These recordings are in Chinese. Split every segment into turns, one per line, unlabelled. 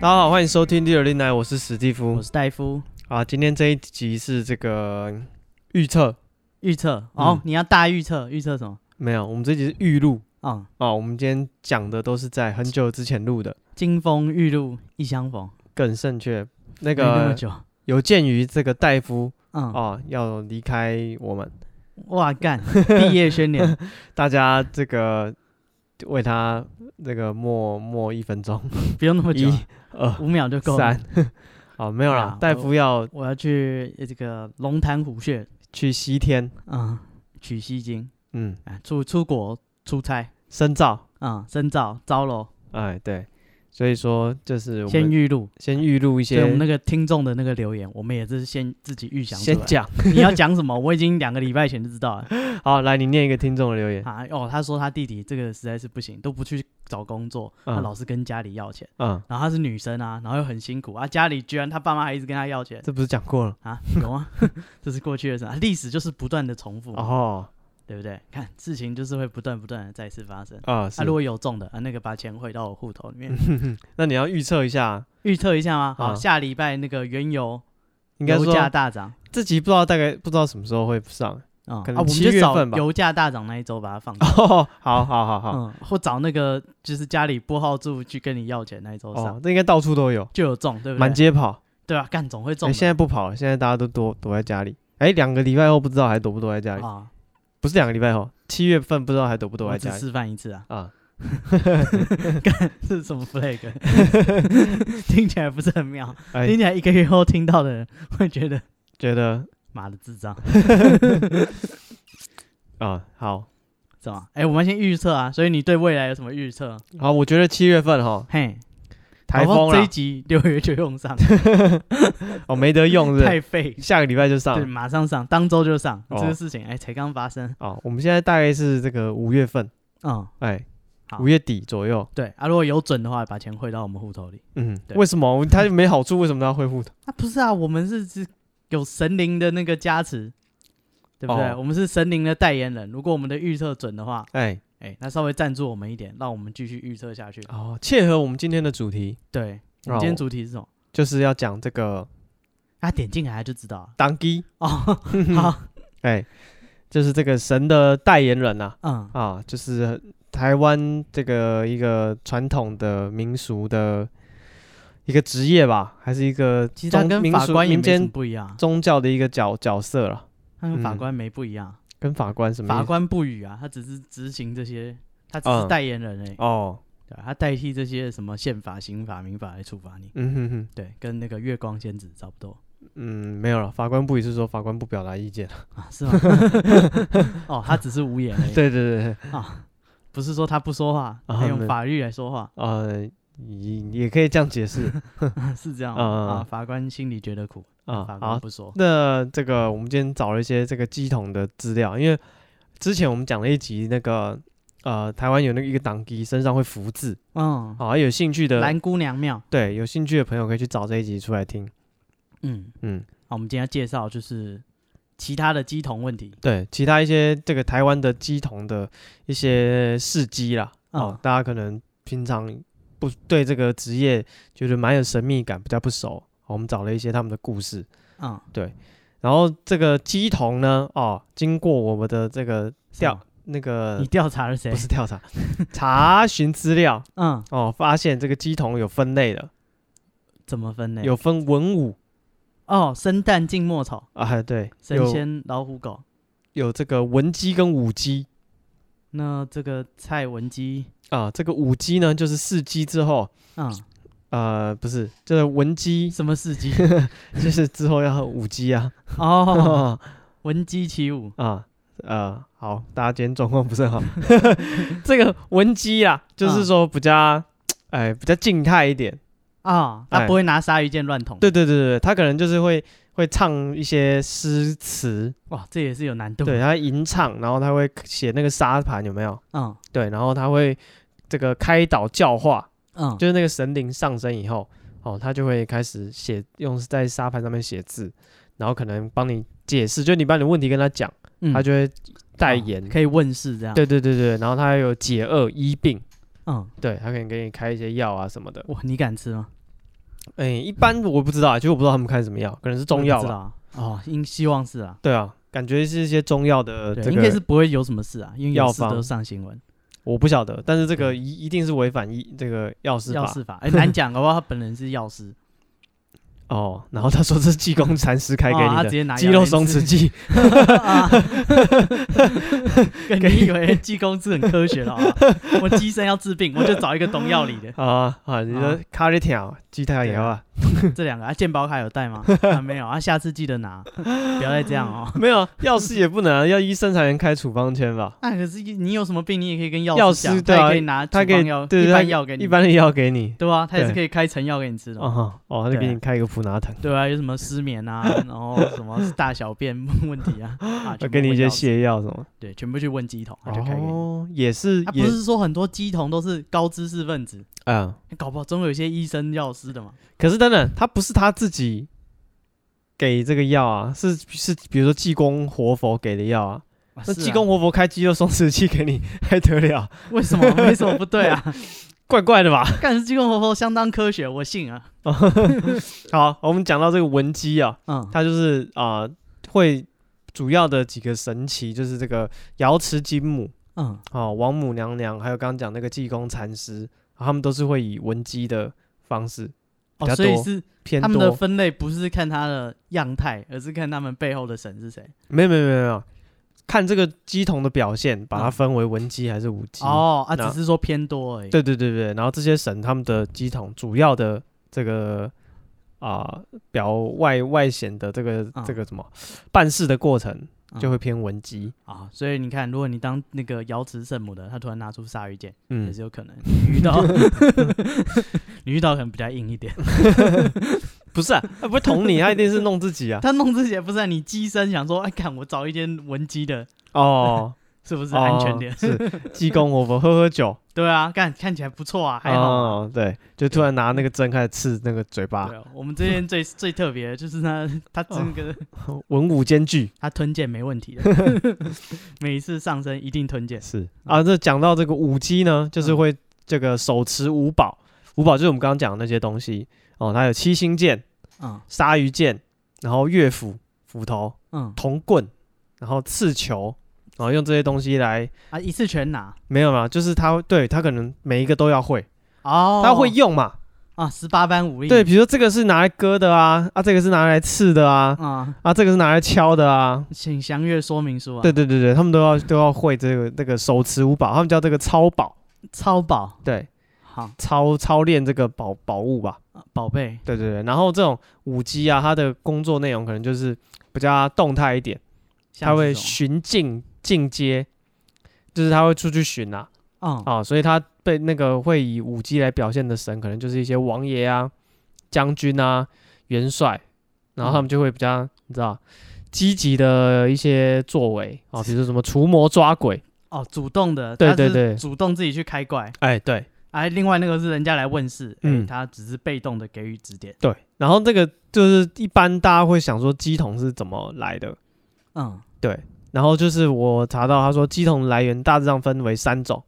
大家好，欢迎收听《第二零来》，我是史蒂夫
我。是戴夫。
啊，今天这一集是这个预测，
预测哦
嗯，
你要大预测，预测什么？
没有，我们这一集是预录
哦，
啊。我们今天讲的都是在很久之前录的，
金风玉露一相逢，
更正确。那
没那么
个
久。
有鉴于这个戴夫
嗯，
啊要离开我们，
哇干，毕业宣 言，
大家这个为他这个默默一分钟，
不用那么久啊，
二
五秒就够了
三。。 啊，没有啦
啊，
戴夫要
我要去这个龙潭虎穴，
去西天，
嗯，取西经，
嗯，
啊，出出国出差，
深造，
嗯，深造招楼，
哎，对，所以说就是我
先
们
预录。
先预录一
对我
些
们那个听众的那个留言，我们也是先自己预想出
先
来。
讲，
你要讲什么？我已经两个礼拜前就知道了。
好，来你念一个听众的留言，
啊，哦，他说他弟弟这个实在是不行，都不去找工作，他
嗯
老是跟家里要钱，
嗯，
然后他是女生啊，然后又很辛苦啊，家里居然他爸妈还一直跟他要钱
这不是讲过了？
啊，有 啊， 这是过去的事啊，历史就是不断的重复，
哦，
对不对？看事情就是会不断不断的再次发生。
啊，是嗯
啊，如，果有中的啊，那个把钱汇到我户头里面，
那你要预测一下，
预测一下吗？好，
嗯
下礼拜那个原油
应该
油价
说
大涨。
这集不知道大概不知道什么时候会上，
嗯啊，
可能
我们
七
就
月
找
份吧
油价大涨那一周把它放
哦
大，，
好好好好，
嗯，或找那个就是家里拨号住去跟你要钱那一周上
哦，，这应该到处都有，
就有中，对不对？
满街跑，
对啊，干总会中
哎，
的。
现在不跑了，现在大家都躲躲在家里，哎，两个礼拜后不知道还躲不躲在家里，
啊，
不是两个礼拜后，七月份不知道还躲不躲
我
在
只
家里
示范一次啊，
啊，
这 是什么 flag？听起来不是很妙，
哎
听，起来一个月后听到的人会觉得
觉得
妈的智障，
啊，好，
是吗？哎，我们先预测啊，所以你对未来有什么预测？
好，我觉得七月份哈，
嘿，
台
搞不好
风
嗯哦这
啦
一，集六月就用上，
哦，没得用是不是，
太废，
下个礼拜就上
对，
了。
马上上，当周就上，
哦
这个事情哎才刚发生，
哦，我们现在大概是这个五月份，
嗯，
哎，
好
五月底左右。
对啊，如果有准的话，把钱汇到我们户头里。
嗯，
对
为什么它没好处？为什么它要恢复的？
啊，不是啊，我们是是有神灵的那个加持，对不对？
哦
我们是神灵的代言人。如果我们的预测准的话，
哎，
哎，那稍微赞助我们一点，让我们继续预测下去。
哦，切合我们今天的主题，
对，
哦
我们今天主题是什么？
就是要讲这个
啊，点进来就知道了。
当机，
哦，好，
哎，就是这个神的代言人呐、
嗯
啊，啊，就是台湾这个一个传统的民俗的一个职业吧，还是一个
其实他
宗
跟
民
法
俗
官也
民
没什么
间
不一样，
宗教的一个角角色了，
他跟法
嗯
官没不一样，
跟法官什么意
法
思
官不语啊，他只是执行这些，他只是
嗯
代言人哎、
哦，
对吧他代替这些什么宪法、刑法、民法来处罚你。
嗯哼哼。
对，跟那个月光仙子差不多
嗯，没有了。法官不也是说法官不表达意见？
啊，是吗？哦，他只是无言而已。
对对对，对
啊，不是说他不说话，
啊
他
没
用法律来说话，
呃，也也可以这样解 释
是这样
啊啊啊
啊。法官心里觉得苦，
啊
法。官
好，
不说。
那这个我们今天找了一些这个鸡桶的资料，因为之前我们讲了一集那个呃，台湾有那个一个党鸡身上会福字，
嗯，
好，有兴趣的
蓝姑娘庙，
对有兴趣的朋友可以去找这一集出来听。
嗯，
嗯，
好，我们今天要介绍就是其他的鸡同问题，
对，其他一些这个台湾的鸡桶的一些事迹啦，哦
嗯，
大家可能平常不对这个职业觉得蛮有神秘感，比较不熟。好我们找了一些他们的故事，
嗯，
然后这个鸡童呢，哦，经过我们的这个调
什
那
么
个
你调查了谁
不？是调查 查询资料
嗯，
哦，发现这个鸡童有分类的，
怎么分类？
有分文武
哦，生蛋静默草，
啊，对，
神
有
仙老虎狗。
有这个文鸡跟武鸡
那这个蔡文姬，
啊，这个武鸡呢就是四鸡之后，
嗯，
呃，不是，就是文鸡
什么 事迹？
就是之后要武鸡啊，
哦，文姬起舞，
啊，呃，好，大家今天状况不是很好。 这个文姬啊，就是说比较，哎、比较静态一点。
啊，他
哎
不会拿鲨鱼剑乱捅。
对对对对，他可能就是会会唱一些诗词，
哇，这也是有难度。
对，啊他吟唱，然后他会写那个沙盘有没有？
嗯
对，然后他会这个开导教化，
嗯，
就是那个神灵上身以后，哦，他就会开始写，用在沙盘上面写字，然后可能帮你解释，就你把你的问题跟他讲，
嗯
他就会代
啊
言。
可以问世这样。
对，对对对，然后他还有解厄医病，
嗯，
对他可以给你开一些药啊什么的。
哇，你敢吃吗？
哎、一般我不知道啊，其实我不知道他们开什么药，可能是中药
我也不知
吧。
道啊哦，应希望是啊，
对啊，感觉是一些中药的
对，
呃这
应该
个，
是不会有什么事啊，因为
药
有事
方
都上新闻。
我不晓得，但是这个
嗯
一一定是违反医这个药师
药
法
师法，哎，难讲，搞不好他本人是药师，
哦。然后他说这是济公禅师开给
哦他
你
直接拿
的
药
肌肉
来
松
吃
弛剂，
啊 跟你 以为济公是很科学的啊？我鸡生要治病，我就找一个懂药理的。
啊啊！你说
啊
卡里条鸡太
对
阳
啊
啊？
这两个啊，健保卡有带吗？啊，没有啊，下次记得拿，不要再这样哦。
没有啊，药师也不能啊，要医生才能开处方签 吧？
那啊可是你有什么病，你也可以跟
药
药
师
讲，
对啊
他也可以拿
他
处
可以
方药，
对
一
他
般药给你，
一般的药给你，
对啊，他也是
对
可以开成药给你吃的嘛。
哦哈哦，他就给你开一个普拿疼，
对啊，有什么失眠啊，然后什么大小便 问题啊， 啊，
要
全部
给你一
问
些
药师，
泻药什么。
对，全部去问鸡桶，他就开给你。
哦，也是
啊，不
也
是说很多鸡桶都是高知识分子，
嗯，
搞不好总有一些医生药师的嘛。
可是等等，他不是他自己给这个药啊，是是比如说济公活佛给的药啊。
啊
那
是
济
啊
公活佛开肌肉松弛剂给你，还得 了？
为什么 为什么不对啊？
怪怪的吧？
干是济公活佛相当科学，我信啊。
好，我们讲到这个文姬啊，
嗯，
它就是啊、呃会主要的几个神奇就是这个瑶池金母
嗯，
啊、哦王母娘娘，还有刚刚讲那个济公禅师、啊他们都是会以文姬的方式比较
哦，所以
多
是
偏
他们的
多。
分类不是看他的样态，而是看他们背后的神是谁。
没有没有没有没有，看这个鸡童的表现，把它
嗯
分为文姬还是武姬。
哦啊，
那
只是说偏多而已。，
对对对对，然后这些神他们的鸡童主要的这个啊、表外外显的这个、这
嗯
个什么办事的过程
嗯
就会偏文姬。
啊，所以你看，如果你当那个瑶池圣母的，他突然拿出鲨鱼剑，
嗯
也，是有可能。你遇到 你遇到可能比较硬 一点。
不 是啊，他不会捅你，他一定是弄自己啊。
他弄这些不是啊你机身想说，哎，看我找一间文姬的，
哦，
是不是安全点
哦？是鸡公活佛喝喝酒，
对啊，看看起来不错啊，还好啊。
哦，对，就突然拿那个针开始刺那个嘴巴
对，啊，我们这 边最最特别的就是他，他真
哦
个
文武兼具
他吞剑没问题 的，每一次上身一定吞剑。
是啊。这讲到这个武姬呢，就是
嗯
会这个手持五宝，五宝就是我们刚刚讲的那些东西哦，它有七星剑、
嗯
鲨鱼剑，然后乐斧、斧头、
嗯，
铜棍，然后刺球，然后用这些东西来，
啊，一次全拿
没有嘛，就是他对他可能每一个都要会，
哦，
他会用嘛。
啊，十八般武艺
对，比如说这个是拿来割的啊，啊，这个是拿来刺的啊，
啊，
啊，这个是拿来敲的啊。
请详阅说明书啊。
对，对对对，他们都要都要会这个这个手持五宝，他们叫这个操宝，
超宝
对，
好
操操练这个宝宝物吧。
啊宝贝
对对对，然后这种舞姬啊，它的工作内容可能就是比较动态一点，它
像
会
这种，
巡境进阶，就是他会出去巡啊
嗯
啊，所以他被那个会以舞姬来表现的神，可能就是一些王爷啊、将军啊、元帅，然后他们就会比较你知道积极的一些作为啊，比如说什么除魔抓鬼，
哦，主动的，
对
他
对
是
对
主动自己去开怪。
哎对
哎，另外那个是人家来问事，
嗯
嗯，他只是被动的给予指点。
对，然后这个就是一般大家会想说鸡童是怎么来的，
嗯，
然后就是我查到他说，鸡童来源大致上分为三种，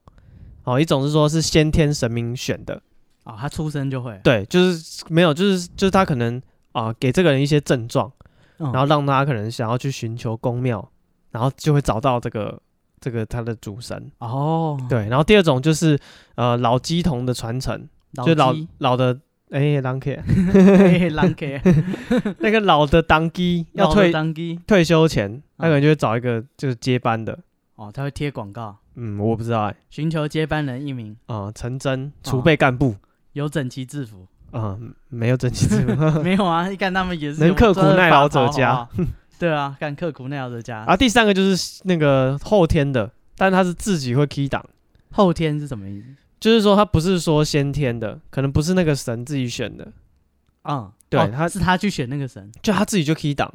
哦，一种是说是先天神明选的，
哦，他出生就会，
对，就是没有，就是就是他可能啊、给这个人一些症状，
嗯
然后让他可能想要去寻求宫庙，然后就会找到这个这个他的主神，
哦，
对，然后第二种就是呃老鸡童的传承，
老
就老
鸡
老的。哎，当 K
嘿嘿狼给
那个老的当机要
老的嗯
退
当机
退休前，他可能就会找一个就是接班的，
哦，他会贴广告，
嗯，我不知道哎、
寻求接班人一名，
啊、陈真储
哦
备干部，
有整齐制服。
啊、没有整齐制服
没有啊，一看他们也是
能
有
刻苦
专门
耐
法
劳者
袍
家
好不好 对啊，干刻苦耐劳者家。
啊。第三个就是那个后天的，但他是自己会 key 档，
后天是什么意思？
就是说他不是说先天的，可能不是那个神自己选的，
嗯，
对
哦
他
是他去选那个神
就他自己就 key 档。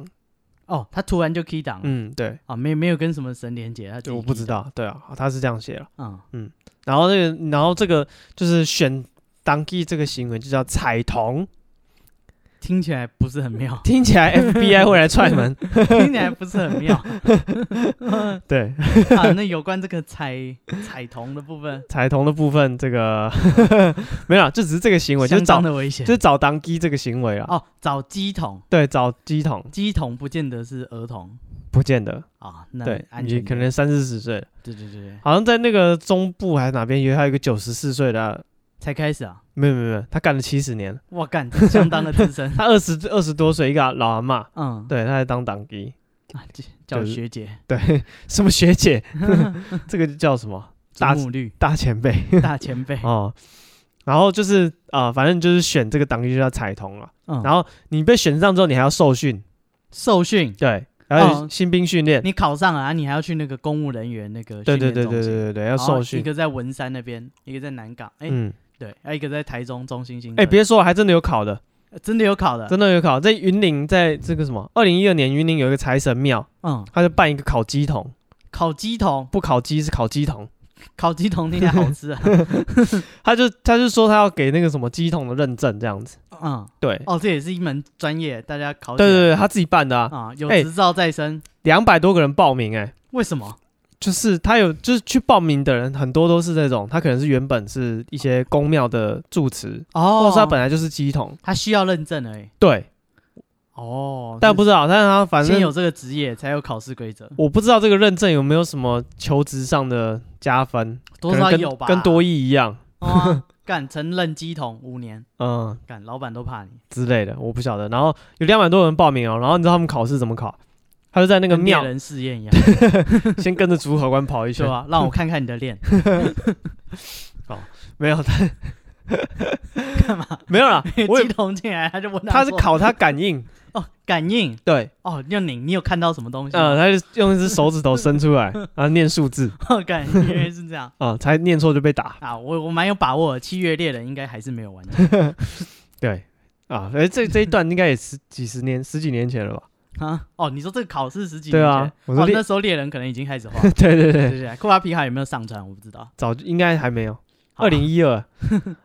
哦，他突然就 key 档了
嗯，对，
啊，没没有跟什么神连接，他自
就
己
我不知
key 档。
道，对啊，他是这样写了。
嗯，
然后那个，然后这个就是选当 key 这个行为就叫彩童。，
听起来不是很妙
听起来 FBI 会来踹门，
听起来不是很妙。
对，
啊，那有关这个彩彩瞳的部分，
彩童的部分这个 没有啦，就只是这个行为，就是
相
找
当
就
的危险。
是找当机这个行为啊，
哦，找鸡桶，
对，找机筒
鸡桶不见得是儿童
不见得，
啊，那
对，
安
你
全
可
点
能三四十岁了，
对对对对，
好像在那个中部还是哪边，有还有一个九十四岁的啊，
才开始啊，
没有没有没有，他干了七十年了，，
哇干，这相当的资深
他二十二十多岁一个老阿嬷，
嗯，
对，他在当党机，
啊，叫叫
就是
学姐，
对，什么学 姐，这个叫什么
祖
大
母绿
大前辈
大前辈，
哦。然后就是啊、呃反正就是选这个党机就叫彩童了。
嗯，
然后你被选上之后，你还要受训，
受训，
对，然后
哦
新兵训练，
你考上了啊，你还要去那个公务人员那个
对对
训练
对
中
对对
心，
对对，要
然后
受
一
训。
个在文山那边，一个在南港，哎，
嗯，
对，啊，一个在台中中心新
哎，
村呃
别说，还真的有考的，
真的有考的，
真的有考。在云林，在这个什么，二零一二年云林有一个财神庙，
嗯，
他就办一个烤鸡桶，
烤鸡桶，
不烤鸡是烤鸡桶。
烤鸡桶听起来好 吃啊，
他就他就说他要给那个什么鸡桶的认证这样子。
嗯，
对，
哦，这也是一门专业，大家考起
对
来
对对，他自己办的啊，
啊，有
哎
执照在身，
两百多个人报名、哎。
为什么？
就是他有，就是去报名的人很多都是这种，他可能是原本是一些公庙的住持，或
哦
是他本来就是鸡桶，
他需要认证而已。
对，
哦，
但不
是
知道，但是他反
先有
正
这个职业才有考试规则，
我不知道这个认证有没有什么求职上的加分，
多
可能
少
跟
有吧？
跟多益一样，
哦啊干承认鸡桶五年，
嗯
干老板都怕你。
之类的，我不晓得。然后有两百多人报名哦，然后你知道他们考试怎么考？他就在那个
跟猎
庙
人试验一样，
先跟着主考官跑一
对
圈，
吧？让我看看你的 脸，
没有他 干嘛？没有啦，我
鸡
也
桶进来他就问
他是
说
考他感应，
哦感应
对，
哦，就你你有看到什么东西
呃，
吗？
他就用一只手指头伸出来， 然后念数字，
哦感应原来是这样
啊、才念错就被打。
啊，我我蛮有把握的，七月猎人应该还是 没有完成
对，啊，哎、这这一段应该也十几十年、十几年前了吧？
啊。哦，你说这个考试十几年
对
前
啊，，我说
哦
猎、
那时候猎人可能已经开始画，
对对
对
对，
对对，库巴皮卡有没有上传我不知道。
早就应该还没有，
好吧
二零一 二。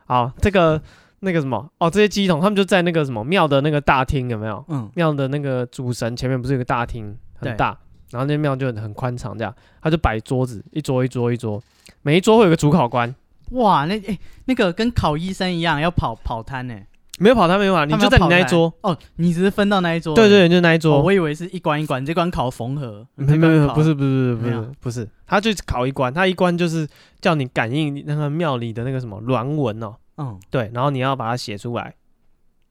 好，这个那个什么，哦，这些鸡桶他们就在那个什么庙的那个大厅有没有？
嗯，
庙的那个主神前面不是有个大厅，很
对
大，然后那庙就很很宽敞，这样他就摆桌子，一桌一桌一桌，每一桌会有个主考官，
哇，那诶、那个跟考医生一样要跑跑摊呢、
没有跑他没有跑，你
他
就
们要
在你
跑
那一
开
桌，
哦，你只是分到那一桌。
对对，你就那一桌
哦，我以为是一关一关，你这关考缝合，你
没
这
没
关
没有，
考
不是不是不
没
是
有
不是，他就是考一关，他一关就是叫你感应那个庙里的那个什么鸾文哦，
嗯
对，然后你要把它写出来，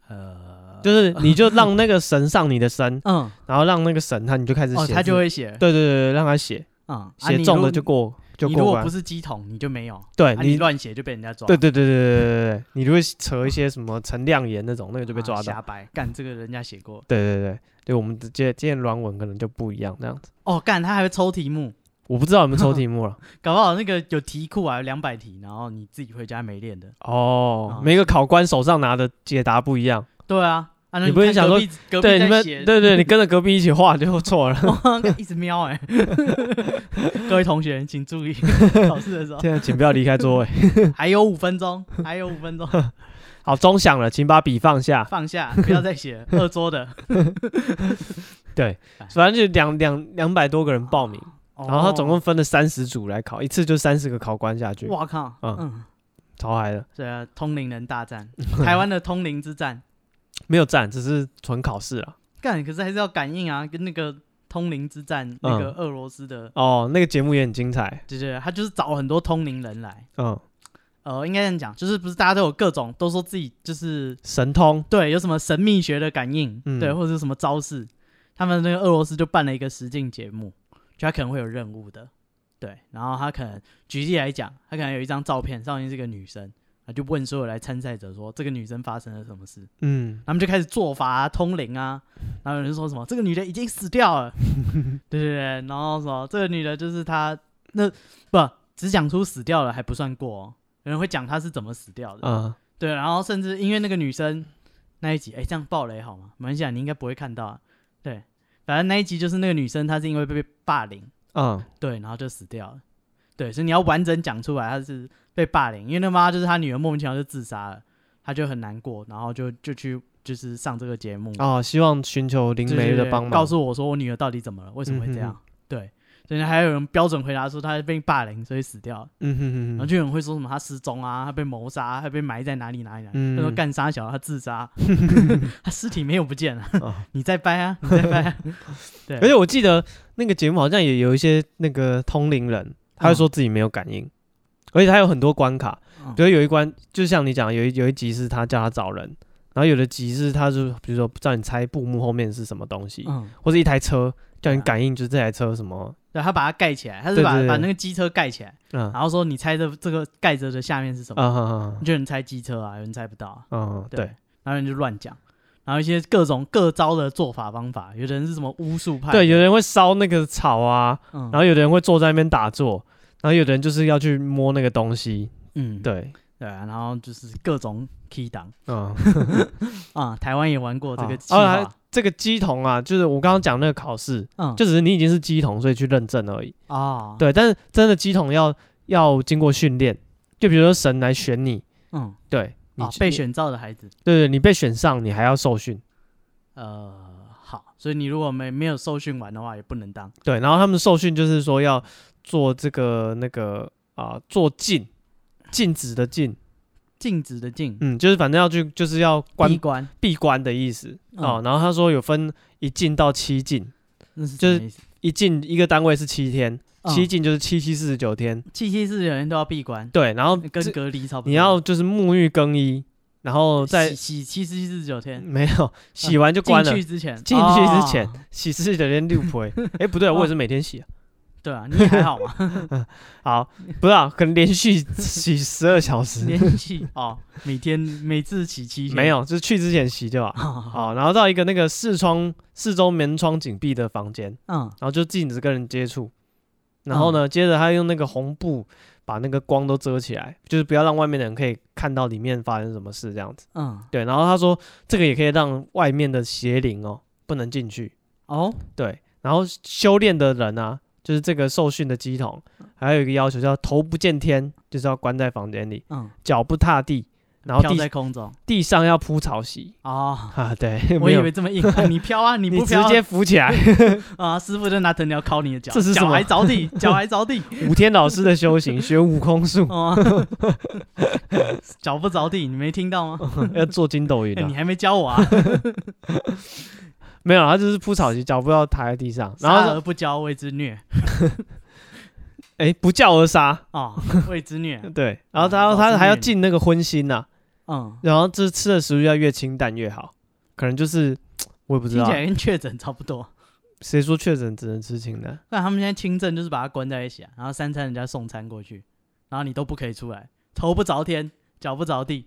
呃，
就是你就让那个神 上你的身，
嗯
然后让那个神他你就开始
哦，
写字，
他就会写
对对对对，让他写，
嗯，啊
写中了就。过就
你如你如
过
果
关
不，是鸡桶，你就没有。
对
啊、你
你
乱写就被人家抓，
对对对对对对对，你如果扯一些什么陈亮言那种，那个
啊，
就被抓到
瞎，掰。干这个人家写过
对对对，对我们直接今天软文可能就不一样这样子，嗯
哦，干他还会抽题目，
我不知道有没有抽题目了，
搞不好那个有题库啊，两百题，然后你自己回家没练的。
哦
啊，
每个考官手上拿的解答不一样。
对啊，啊，那
你不是
看
想
隔
说
壁隔壁
对你
在
们，
写
对对，你跟着隔壁一起画就错 了。
哇 一直瞄 哎、各位同学请注意，考试的时候
现在请不要离开座位。
还有五分钟，还有五 分钟，
好，钟响了，请把笔放下。
放下，不要再写二桌的。
反正就两两两百多个人报名，
然
然后他总共，分了三十组来考，一次就三十个考官下去，
我靠，
嗯
嗯，
超嗨的。
对啊，通灵人大战，台湾的通灵之战，
没有站，只是纯考试了。
干，可是还是要感应啊，跟那个通灵之
嗯
战那个俄罗斯的，
哦，那个节目也很精彩。
就是他就是找很多通灵人来。
嗯，
呃，应该这样讲，就是不是大家都有各种，都说自己就是
神通。
对，有什么神秘学的感应，
嗯
对，或者是什么招式，他们那个俄罗斯就办了一个实境节目，就他可能会有任务的，对，然后他可能举例来讲，他可能有一张照片，上面是个女生，他就问所有来参赛者说这个女生发生了什么事，
嗯，
他们就开始做法、啊、通灵啊，然后有人说什么这个女的已经死掉了，对对对，然后什么这个女的就是她那不只讲出死掉了还不算过、哦，有人会讲她是怎么死掉的，
啊，
对，然后甚至因为那个女生那一集，哎，这样爆雷好吗？没关系啊，你应该不会看到啊。对，反正那一集就是那个女生她是因为被霸凌，
嗯，
对，然后就死掉了。对，所以你要完整讲出来，她是被霸凌，因为那妈就是她女儿莫名其妙就自杀了，她就很难过，然后就就去就是上这个节目，
哦，希望寻求灵
对
媒
对
的
对
帮忙，
告诉我说我女儿到底怎么了，为什么会这样？
嗯哼
对，所以还有人标准回答说她被霸凌，所以死掉了。
嗯哼
然
哼
后
哼，
就有人会说什么她失踪啊，她被谋杀，她被埋在哪里哪里哪里。
嗯
他说干啥小，她 自杀，她尸体没有不见了，
哦
你再掰啊，你再 掰、啊。对，
而且我记得那个节目好像也有一些那个通灵人，他会说自己没有感应，而且他有很多关卡，
嗯
比如有一关，就像你讲，有一有一集是他叫他找人，然后有的集是他就比如说叫你猜布幕后面是什么东西，
嗯，
或者一台车叫你
对啊
感应就是这台车什么，
对，他把它盖起来，他是
对
把
对对
把那个机车盖起来，
嗯啊
然后说你猜这这个盖着的下面是什么？
哈哈
就有人猜机车啊，有人猜不到、啊，
嗯
对
对，
然后人就乱讲，然后一些各种各招的做法方法，有的人是什么巫术派，
对，有，人会烧那个草啊，
嗯，
然后有的人会坐在那边打坐，然后有的人就是要去摸那个东西，
嗯，
对，
对啊，然后就是各种 key 档
嗯。
啊、台湾也玩过这个
啊
计划，
啊还 这个鸡童啊，就是我刚刚讲那个考试，
嗯，
就只是你已经是鸡童，所以去认证而已。
啊，，
对，但是真的鸡童要要经过训练，就比如说神来选你，
嗯，
对你、
啊，被，选召的孩子，
对对，你被选上，你还要受训，
呃，好，所以你如果没没有受训完的话，也不能当，
对，然后他们受训就是说要做这个那个啊、做禁，禁止的禁，
禁止的禁，
嗯，就是反正要去就是要关
闭关，
闭关的意思哦、
嗯
然后他说有分一禁到七禁，
那是
就
什
是
么意思？
一禁一个单位是七天，七
嗯
禁就是七七四十九天，
七七四人都要闭关，
对，然后这
跟隔离差不
嗯
多。
你要就是沐浴更衣，然后再
洗洗七十四十九天，
没有洗完就关了
进。去之前，
进去之前
哦
洗四十九天六 回，哎，不对，我也是每天洗啊。
对啊，你也还 好嘛，
好，不是啊，可能连续洗十二小时，
连续哦，每天每次洗七天，哦
没有，就是去之前洗就好。
好，
好，然后到一个那个视窗四周门窗紧闭的房间，
嗯
然后就禁止跟人接触。然后呢，接着他用那个红布把那个光都遮起来，就是不要让外面的人可以看到里面发生什么事这样子。
嗯，
对，然后他说这个也可以让外面的邪灵哦不能进去。
哦，
对，然后修炼的人啊，就是这个受训的鸡童，还有一个要求叫头不见天，就是要关在房间里，
嗯，
脚不踏地，然后
飘在
地
空中
地上要铺草席
哦，
啊，对，
我
没
以
有
为这么硬， 啊你飘啊，你
你
不
直
飘啊
接浮起来。
啊，师傅就拿藤条敲你的脚，
这是什
脚
么
还着地，脚还着地，
五天老师的修行，学悟空术，
哦， 脚不着地，你没听到吗？
要做筋斗云
哎
啊
你，还没教我啊，
没有，他就是铺草席，脚不要踏在地上， 然
杀
后说
而不教谓之虐
哎不教而杀，
哦，谓之虐，
对，然后
哦
他
老师
他还要
念你
进那个荤腥呐、
嗯，
然后这吃的食物要越清淡越好，可能就是我也不知
听
道
起，来跟确诊差不多。
谁说确诊只能吃清淡？
那他们现在轻症就是把它关在一起啊，然后三餐人家送餐过去，然后你都不可以出来，头不着天，脚不着地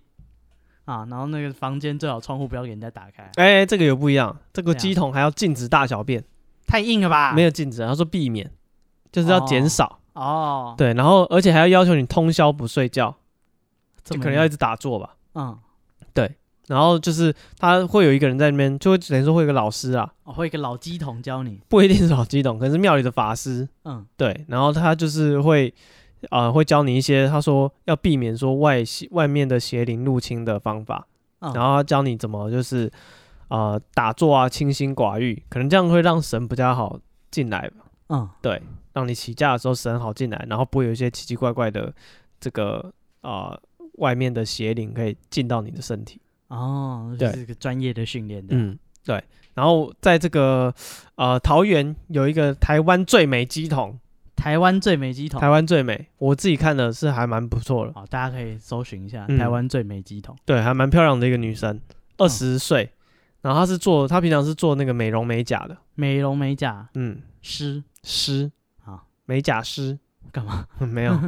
啊，然后那个房间最好窗户不要给人家打开，啊
哎、这个有不一样，这个
这样啊
鸡桶还要禁止大小便，
太硬了吧？
没
有
有禁止，他说避免，就是要减少。
哦，
对，然后而且还要要求你通宵不睡觉，
这
就
么
可能要一直打坐吧。
嗯，
然后就是他会有一个人在那边，就会等于说会有个老师啊，
哦我会一个老鸡桶教你，
不一定是老鸡桶，可能是庙里的法师。
嗯
对，然后他就是会，呃，会教你一些他说要避免说外邪外面的邪灵入侵的方法，
嗯，
然后他教你怎么就是，呃，打坐啊，清心寡欲，可能这样会让神比较好进来吧。
嗯
对，让你起价的时候神好进来，然后不会有一些奇奇怪怪的这个啊、呃、外面的邪灵可以进到你的身体。
哦，
对
就是一个专业的训练的，
嗯，对。然后在这个呃桃园有一个台湾最美鸡桶，
台湾最美鸡桶
台。湾最美，我自己看的是还蛮不错的，
好，大家可以搜寻一下、
嗯
台湾最美鸡桶。
对，还蛮漂亮的一个女生，二十岁，然后她是做她平常是做那个美容美甲的，
美容美甲
嗯，
师
师
啊，
美甲师
干嘛？
没有，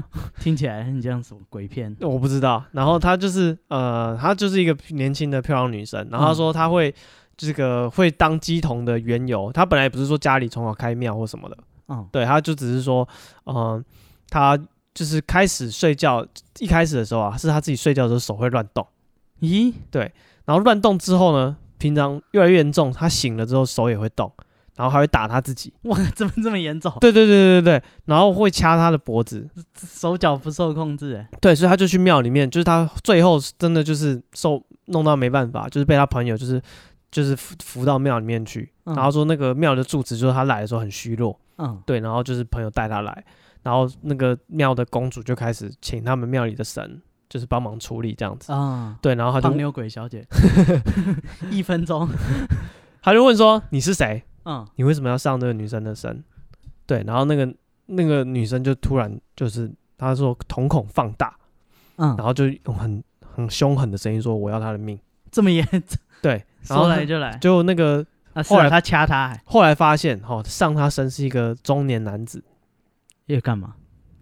听起来很像什么鬼片？
我不知道。然后她就是呃，她就是一个年轻的漂亮女生。然后她说她会这个会当鸡童的缘由，她本来也不是说家里从小开庙或什么的，
嗯，
对，她就只是说，嗯、她就是开始睡觉一开始的时候啊，是她自己睡觉的时候手会乱动，
咦，
然后乱动之后呢，平常越来越严重，她醒了之后手也会动。然后还会打他自己。
哇，怎么这么严重？
对对对对对对，然后会掐他的脖子。
手脚不受控制，哎，
对，所以他就去庙里面，就是他最后真的就是受弄到没办法，就是被他朋友就是就是扶扶到庙里面去，
嗯
然后说那个庙的住持就是他来的时候很虚弱，
嗯，
对，然后就是朋友带他来，然后那个庙的公主就开始请他们庙里的神就是帮忙处理这样子，
啊，
对，然后他
胖
就
妞鬼 小姐，一分钟，
他就问说你是谁？
嗯，
你为什么要上这个女生的身？对，然后那个那个女生就突然就是她说瞳孔放大，然
嗯，
后就用很很凶狠的声音说我要她的命。
这么严，
对，然后
说
她
来就来，
就那个
啊，是
后
啊，
来
他掐他，哎
后来发现，哈、上她身是一个中年男子，
要干嘛？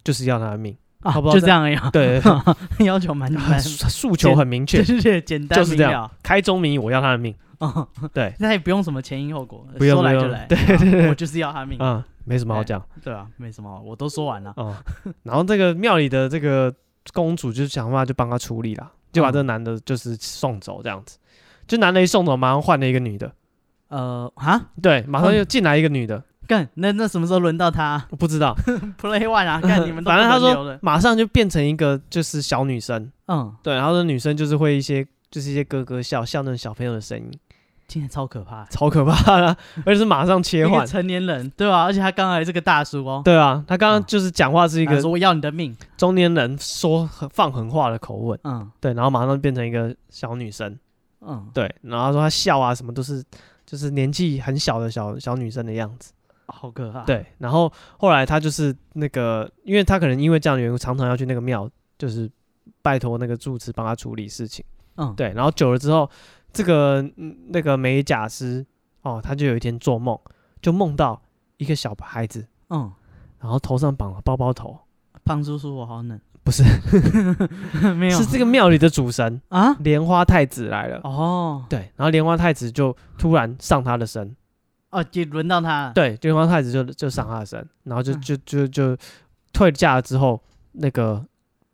就是要她的命。
啊
他不知道，
就
在
这样而已啊，
对
要求蛮蛮
很， 诉诉求很明确
对，对对，简单
就是
明
这样
了，
开宗明义我要她的命。
哦，
对，
那也不用什么前因后果，
不用
说来
不
就
用
来，啊
对
对，我就是要他命，
啊、没什么好讲
对啊，没什么，我都说完了，
啊、然后这个庙里的这个公主就想办法就帮她处理啦，就
嗯
把这个男的就是送走这样子。就男的一送走，马上换了一个女的。
呃，哈，
对，马上又进来一个女的，
干，那那什么时候轮到他
我不知道，
play one 啊？干，你们都
反正他
不轮流
说
了，
马上就变成一个就是小女生，
嗯，
对，然后这女生就是会一些就是一些咯咯笑，像那种小朋友的声音，
今天超可怕，
超可怕的，而且是马上切
一个
换，
成年人，对啊吧、而且他刚才是个大叔哦，
对啊，他刚刚就是讲话是一
一
个
说我要你的命，
中年人说很放狠话的口吻，
嗯
对，然后马上变成一个小女生，
嗯，
对，然后他说她笑啊什么都是就是年纪很小的小小女生的样子，
好可怕，，
对，然后后来他就是那个，因为他可能因为这样的缘故，常常要去那个庙，就是拜托那个住持帮他处理事情。
嗯
对，然后久了之后，这个嗯那个美甲师哦，他就有一天做梦，就梦到一个小孩子，
嗯，
然后头上绑了包包头，
胖叔叔我好冷，
不是
没有
是这个庙里的主神
啊，
莲花太子来了。
哦
对，然后莲花太子就突然上他的身，
哦，就轮到他了，
对，莲花太子就就上他的身，然后就
嗯
就就就退价了之后，那个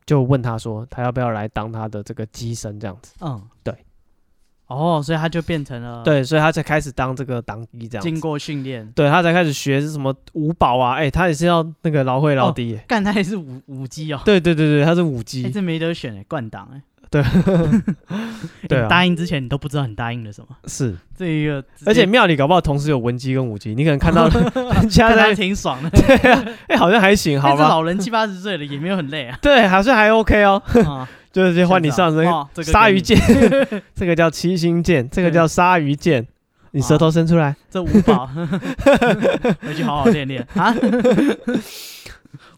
就问他说，他要不要来当他的这个机身这样子？
嗯，
对，
哦，所以他就变成了
对，所以他才开始当这个当机这样
经
子。
过训练，
对他才开始学是什么五宝啊，哎、他也是要那个劳会劳敌耶、
干他也是五五 G 哦，
对对对对，他是五
哎、
G，
这没得选哎、冠档哎、
对
你
啊，
答应之前你都不知道你答应了什么，
是，
这一个直接，
而且庙里搞不好同时有文姬跟武姬，你可能看到人家
看他
在，
挺爽的，
哎、好像还行， 好
但是
吧？
老人七八十岁了也没有很 累啊，
对，好像还 OK 哦，
啊
就是就换你上身，
哦这个给
鲨鱼
你
剑， 这个叫七星剑，这个
对
叫鲨鱼剑。你舌头伸出来，
这五宝，回去好好练练 啊！
对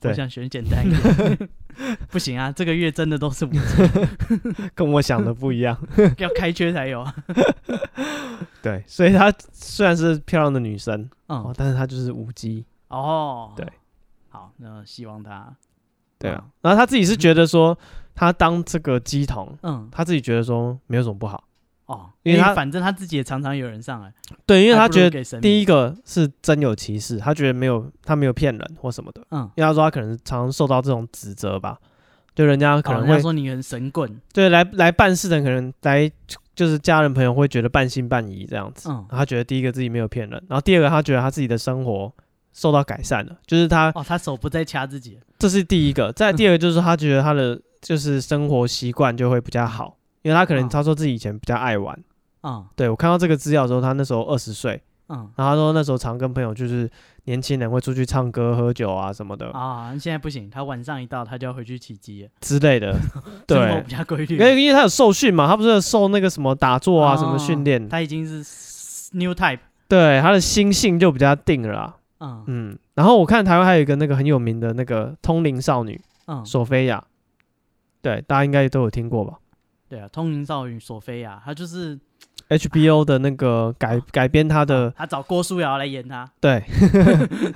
我想选简单一点，不行啊，这个月真的都是五 G，
跟我想的不一 样。
要开缺才有。啊
对，所以她虽然是漂亮的女生哦
嗯，，
但是她就是舞姬。
哦，
对，
好，那希望他，
对啊，然后她自己是觉得说，她当这个鸡童，
嗯，
她自己觉得说没有什么不好。
哦，
因
因
为
为
他
反正他自己也常常有人上来，
对，因为她觉得
得
第一
个，
个是真有其事，她觉得没有她没有骗人或什么的。
嗯，
因为她说她可能常受到这种指责吧，就人家可
可
能
能
会
会哦说你很神 棍，
对，来来办事的人可能来就是家人朋友会觉得半信半疑这样子。
嗯，
他觉得第一个自己没有骗人，然后第二个他觉得他自己的生活受到改善了，就是他
哦，嗯他手不再掐自己，
这是第一个。再第二个就是他觉得他的就是生活习惯就会比较好，因为他可能
哦
他说自己以前比较爱玩。
嗯
对我看到这个资料的时候，他那时候二十岁，
嗯
然后他说那时候常跟朋友就是年轻人会出去唱歌、喝酒啊什么的
啊，现在不行，他晚上一到他就要回去起鸡了，
之类 的。
生活
对
比，较规律
因。为因为他有受训嘛，他不是有受那个什么打坐啊、什么
哦
训练，
他已经是 new type，对
对，他的心性就比较定了啦。
嗯
嗯，然后我看台湾还有一个那个很有名的那个通灵少女
嗯，
索菲亚，对，大家应该都有听过吧
对啊，通灵少女索菲亚，她就是
？HBO 的那个改改编她的，
她找郭书瑶来演她，
对，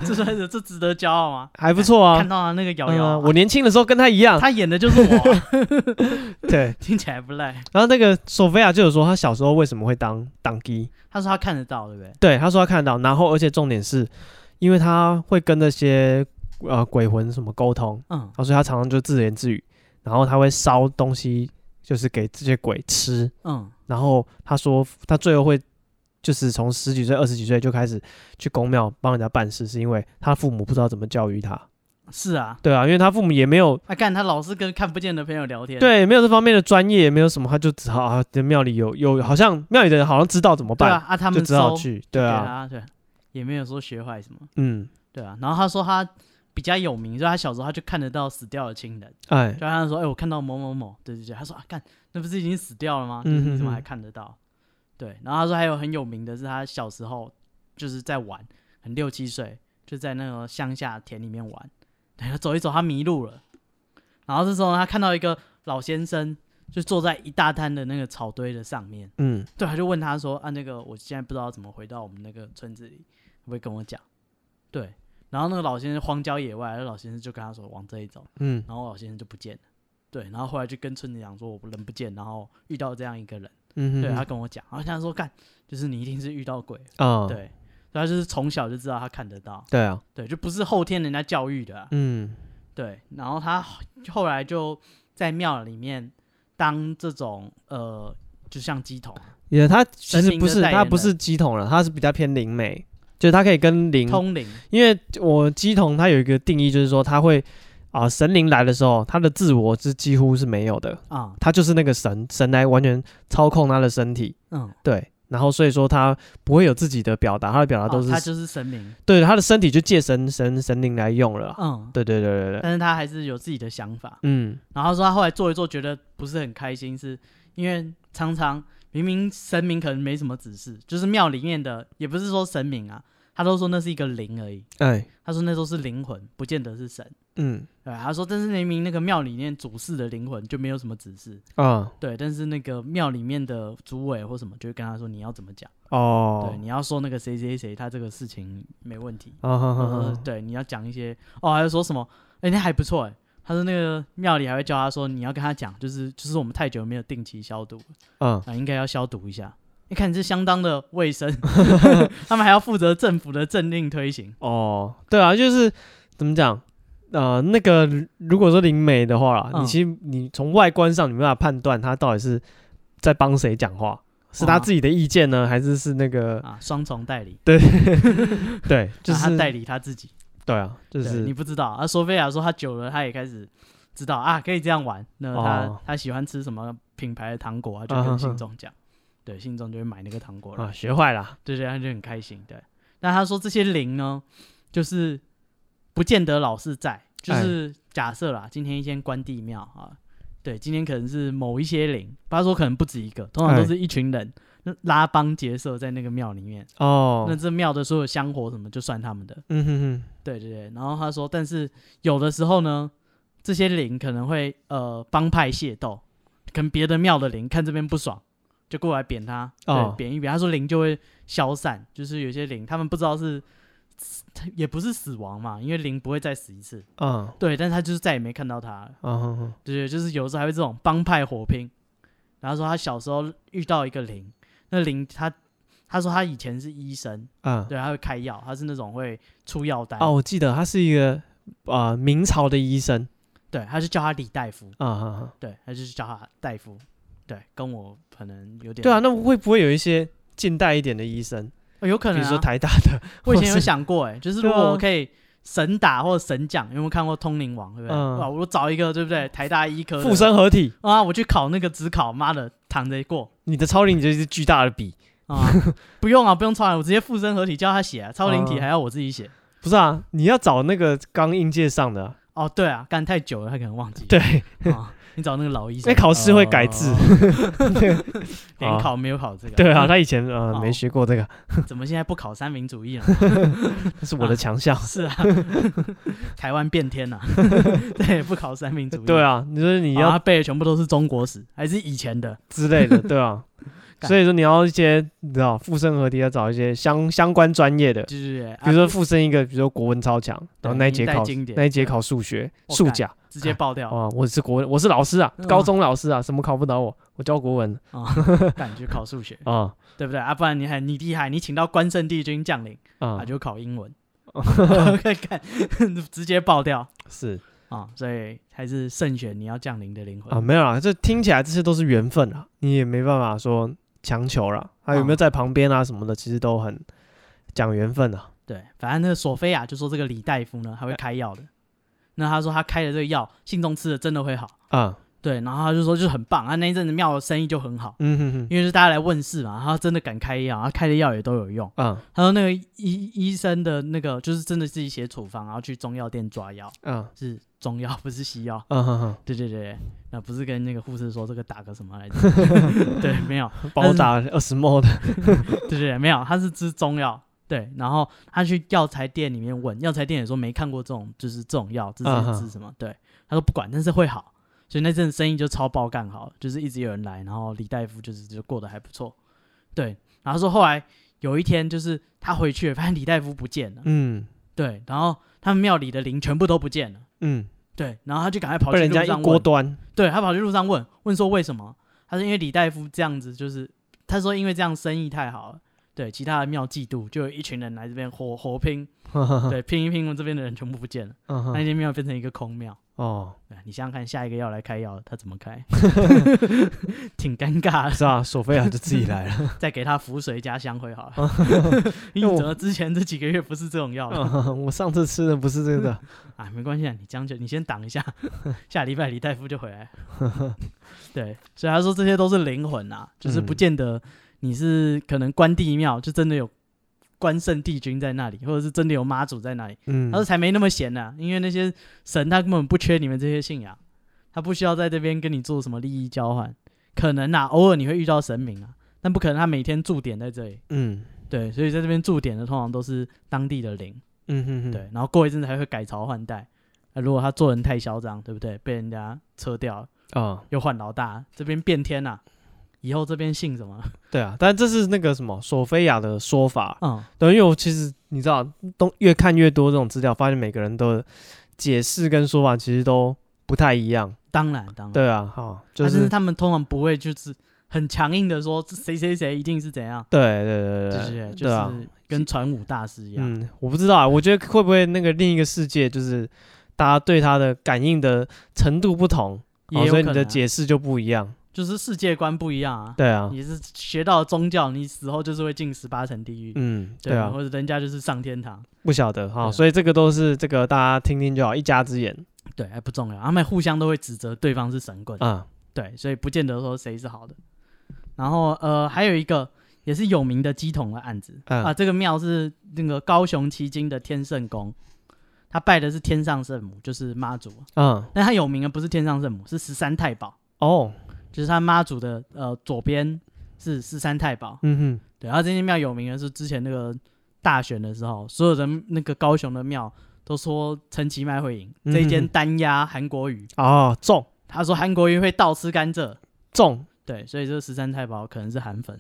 这算是这值得骄傲吗？
还不错
看
啊。
到她那个瑶
嗯
瑶
啊
啊，
我年轻的时候跟她一样，
她演的就是我 啊，
对。
听起来不赖。
然后那个索菲亚就有说，她小时候为什么会当当机？
她说她看得到，对不对？
对，她说她看得到，然后而且重点是，因为她会跟那些呃鬼魂什么沟通，
嗯
然后所以她常常就自言自语，然后她会烧东西，就是给这些鬼吃，
嗯
然后他说他最后会就是从十几岁、二十几岁就开始去公庙帮人家办事，是因为他父母不知道怎么教育他。
是啊，
对啊，因为他父母也没有
啊，干他老是跟看不见的朋友聊天，
对没有这方面的专业，也没有什么，他就只好啊，这庙里有有，好像庙里的人好像知道怎么
对
办，
啊，啊他
就
们
只好
收
去。对
对
啊，
啊，对，也没有说学坏什么，
嗯，
对啊。然后他说他比较有名，所以他小时候他就看得到死掉的亲人，
哎
就，他说，哎、我看到某某某，对对对，他说啊，干，那不是已经死掉了吗？
嗯
嗯、
哼哼
你怎么还看得到？对，然后他说还有很有名的是他小时候就是在玩，很六七岁就在那个乡下田里面玩，对，他走一走他迷路了，然后这时候他看到一个老先生就坐在一大滩的那个草堆的上面。
嗯，
对，他就问他说：“啊，那个我现在不知道怎么回到我们那个村子里，会不会跟我讲？”对，然后那个老先生荒郊野外，那老先生就跟他说往这里走，
嗯，
然后老先生就不见了。对，然后后来就跟村子讲说我人不见，然后遇到这样一个人，
嗯，
对他啊跟我讲，然后他说干，就是你一定是遇到鬼了，
啊，
对，所以他就是从小就知道他看得到，
对啊，
对，就不是后天人家教育的啊、
嗯
对，然后他后来就在庙里面当这种呃，就像鸡头
也他其
神
实
明
不
的
是
代
他
言
不
人
是鸡桶了，他是比较偏灵媒，就是他可以跟灵，
通灵，
因为我鸡桶它有一个定义，就是说他会啊、神灵来的时候，他的自我是几乎是没有的，
啊，
他就是那个神，神来完全操控他的身体，
嗯，
对，然后所以说他不会有自己的表达，他的表达啊都
哦
是、
他就是神明，
对他的身体就借神神神灵来用了啦，
嗯，
对对对对对，
但是他还是有自己的想法。
嗯
然后他说他后来做一做，觉得不是很开心，是因为常常明明神明可能没什么指示，就是庙里面的，也不是说神明啊，他都说那是一个灵而已，
哎
他说那都是灵魂，不见得是神。
嗯
对，他说，但是明明那个庙里面主事的灵魂就没有什么指示，
啊
对，但是那个庙里面的主委或什么就会跟他说你要怎么讲，
哦
对，你要说那个谁谁谁他这个事情没问题，
啊哈哈
呃
哈，
对，你要讲一些哦，还有说什么？哎、那还不错哎。他说那个庙里还会教他说，你要跟他讲，就是就是我们太久没有定期消毒了
嗯
啊，应该要消毒一下。你看这相当的卫生， 他们还要负责政府的政令推行。
哦，对啊，就是怎么讲？呃，那个如果说灵媒的话啦，
嗯
你其实你从外观上你没办法判断他到底是在帮谁讲话，是他
啊
自己的意见呢，还是是那个
啊，双重代理，
对，就
啊
是
他代理他自己，
对啊，就
对你
是
不知道啊。索菲亚说他久了，他也开始知道啊，可以这样玩。那他、
哦
他喜欢吃什么品牌的糖果，他
啊
就
哈
跟
哈
信众讲，对，信众就会买那个糖果来
啊，学坏了，
对对，他就很开心。对，那他说这些灵呢，就是不见得老是在，就
哎
是假设啦，今天一间关帝庙啊，对，今天可能是某一些灵，他说可能不止一个，通常
哎
都是一群人、那拉帮结社在那个庙里面，
哦
那，这庙的所有香火什么就算他们的，
嗯哼哼，
对对对。然后他说，但是有的时候呢，这些灵可能会呃帮派械斗，跟别的庙的灵看这边不爽，就过来扁他，
哦
对，扁一扁。他说灵就会消散，就是有些灵他们不知道是，也不是死亡嘛，因为灵不会再死一次，
嗯，
对，但是他就是再也没看到他了，
啊哼哼，
对对，就是有时候还会这种帮派火拼。然后说他小时候遇到一个灵，那灵他他说他以前是医生，
啊，
对，他会开药，他是那种会出药单，
哦，我记得他是一个啊明朝的医生
对，他就叫他李大夫，
啊哈哈，
对，他就是叫他大夫，对，跟我可能有点
对啊，那会不会有一些近代一点的医生，
哦有可
比
能、
如说
啊。
台大的，
我以
或
前有
是
想过、欸，哎，就是
对
如
啊
果我可以神打或者神讲，有没有看过《通灵王》？对不对？
嗯
哇，我找一个对不对？台大医科的
附身合体，
啊，我去考那个只考，妈的，躺着过
你的超龄就是巨大的笔。
啊，不用啊，不用超人，我直接附身合体叫他写、啊，超灵体
嗯
还要我自己写。
不是啊，你要找那个刚应届上 的啊、
哦，对啊，干太久了，他可能忘记。
对，
啊，你找那个老医
那
生，
考试会改字。哦
连考没有考这个，
对啊，他以前呃
哦
没学过这 个，
怎么现在不考三民主义了？
这是我的强项。
是 啊，台湾变天了、啊，对，不考三民主义。
对啊，你说你
你要
要
背的全部都是中国史，还是以前的？
之类的，对啊。
干
所以说你要一些你知道附身合体要找一些相相关专业的，
就是
比如说附身一个，比如说国文超强，然后那一节
明代
考
经典
那一节考数学
我
数
干
甲
直接爆掉啊！
啊，我是国文，我是老师啊，
嗯
高中老师啊，什么考不倒我，我教国文
哦感觉考数学，
啊
对不对啊？不然你还你厉害，你请到关圣帝君降临啊，
啊，
就考 英文，看看直接爆掉
是
啊！所以还是慎选你要降临的灵
啊，
魂。
没有啦，这听起来这些都是缘分啊，你也没办法说强求啦，他有没有
嗯
在旁边啊什么的，其实都很讲缘分啊。
对，反正那个索菲亚就说这个李大夫呢，他会开药的。那他说他开的这个药，信中吃了真的会好。
啊，
对，然后他就说就是很棒，他那一阵子庙的生意就很好，
嗯哼哼，
因为是大家来问事嘛，然后他真的敢开药，他开的药也都有用。
啊
他说那个医医生的那个就是真的自己写处方，然后去中药店抓药，
啊
是中药不是西药。
啊哈
对对对，对那不是跟那个护士说这个打个什么来着？ 对，没有，
哈，帮我打二十 m 的，
对 对对，没有，他是吃中药。对，然后他去药材店里面问，药材店也说没看过这种，就是这种药，这
啊
是
哈
治什么？对，他说不管，但是会好，所以那阵生意就超爆干好，就是一直有人来，然后李大夫就是就过得还不错，对，然后说后来有一天就是他回去了，发现李大夫不见 了，
嗯
对，然后他们庙里的灵全部都不见了，
嗯，
对，然后他就赶快跑去
被人
路
家
上
一锅
问
端，
对他跑去路上问，问说为什么？他说因为李大夫这样子，就是他说因为这样生意太好了，对其他的庙嫉妒，就有一群人来这边火火拼，
哈哈哈
对拼一拼，我这边的人全部不见了，
嗯
那
哼
间庙变成一个空庙。
哦，
对你想想看，下一个要来开药，他怎么 开？挺尴尬的。
是啊，索菲亚就自己来 了，
再给他符水加香灰好了。 你
因为我
怎么之前这几个月不是这种药的
嗯哼 我上次吃的不是这 个，
啊？没关系啊，你将就，你先挡 一下，下礼拜李大夫就回来。对，所以他说这些都是灵魂啊，就是不
嗯
见得你是可能关帝庙就真的有关圣帝君在那里，或者是真的有妈祖在那里，
嗯
他说才没那么闲呢、因为那些神他根本不缺你们这些信仰，他不需要在这边跟你做什么利益交换，可能啊，偶尔你会遇到神明啊，但不可能他每天驻点在这里，
嗯
对，所以在这边驻点的通常都是当地的灵，
嗯哼哼，
对，然后过一阵子还会改朝换代。那如果他做人太嚣张，对不对？被人家撤掉，
啊，
又换老大，这边变天啦、以后这边姓什么？
对啊，但这是那个什么索菲亚的说法，
嗯，
对，因为我其实你知道，东越看越多这种资料，发现每个人的解释跟说法其实都不太一样。
当然，当然，
对啊，哈、就
啊但
是
是他们通常不会就是很强硬的说谁谁谁一定是怎样，
对对对
就
对
是
对，
就
对啊，
是跟传武大师一样，
嗯，我不知道啊，我觉得会不会那个另一个世界，就是大家对他的感应的程度不同，
也
哦
有
所以
可
你
能
的
啊
解释就不一样。
就是世界观不一样啊。
对啊，
你是学到宗教，你死后就是会进十八层地狱，
嗯，对啊，
或者人家就是上天堂，
不晓得
对
哈、
啊
所以这个都是这个大家听听就好，一家之言
对，还不重要，他们互相都会指责对方是神棍，
啊。
对，所以不见得说谁是好的。然后呃，还有一个也是有名的鸡桶的案子、
嗯
啊，这个庙是那个高雄旗津的天圣宫，他拜的是天上圣母，就是妈祖。
嗯，
但他有名的不是天上圣母，是十三太保，
哦，
就是他妈祖的呃左边是十三太保。
嗯哼，
对，然后这间庙有名的是之前那个大选的时候，所有的那个高雄的庙都说陈其迈会赢，这一间
嗯
单压韩国瑜，
哦，中
他说韩国瑜会倒吃甘蔗。
中，
对，所以这个十三太保可能是韩粉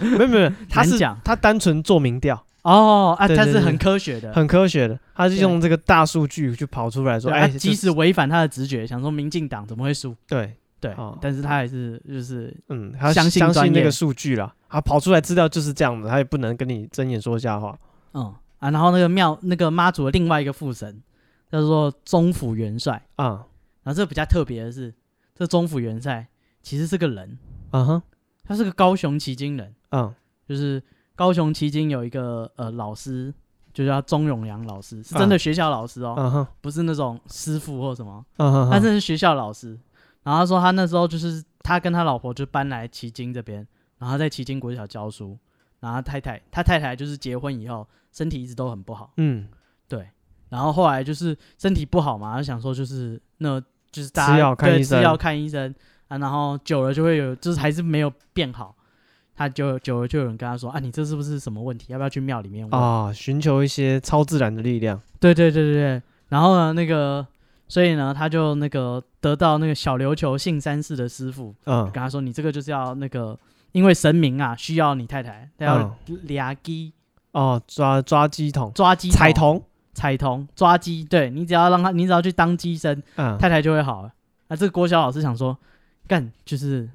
没有没 有，他
难
是
讲
他单纯做民调，
哦啊，
对
他
对
是
对
很科学的，
很科学的，他是
对
用这个大数据去跑出来说，
对
哎，
啊
这
即
是
使违反他的直觉，想说民进党怎么会输？
对，
对，
哦
但是他还是就是
嗯，他相
相信
信
专
那
业
个数据啦，他跑出来资料就是这样的，他也不能跟你睁眼说瞎话。
嗯啊，然后那个庙那个妈祖的另外一个副神叫做中府元帅，
啊
然后这比较特别的是，这中府元帅其实是个人，
啊哈，
他是个高雄旗津人，
嗯
就是高雄旗津有一个呃老师，就叫钟永良老师，是真的
啊
学校老师哦，
啊哈，
不是那种师傅或什么，
啊哈，
他真的是学校老师。然后他说他那时候就是他跟他老婆就搬来旗津这边，然后在旗津国小教书，然后他太太他太太就是结婚以后身体一直都很不好，
嗯，
对，然后后来就是身体不好嘛，他想说就是那就是大家
吃药看
对
医生
吃药看医生啊，然后久了就会有，就是还是没有变好，他就久了就有人跟他说啊，你这是不是什么问题？要不要去庙里面问？
啊，寻求一些超自然的力量。
对对对对对，然后呢，那个所以呢，他就那个得到那个小琉球信山寺的师傅
嗯
跟他说，你这个就是要那个。因为神明啊，需要你太太，他要俩鸡
哦，抓抓鸡桶，
抓鸡
彩
童
童，
彩童抓鸡，对你只要让他，你只要去当鸡生，
嗯，
太太就会好了。啊，这个国小老师想说，干就是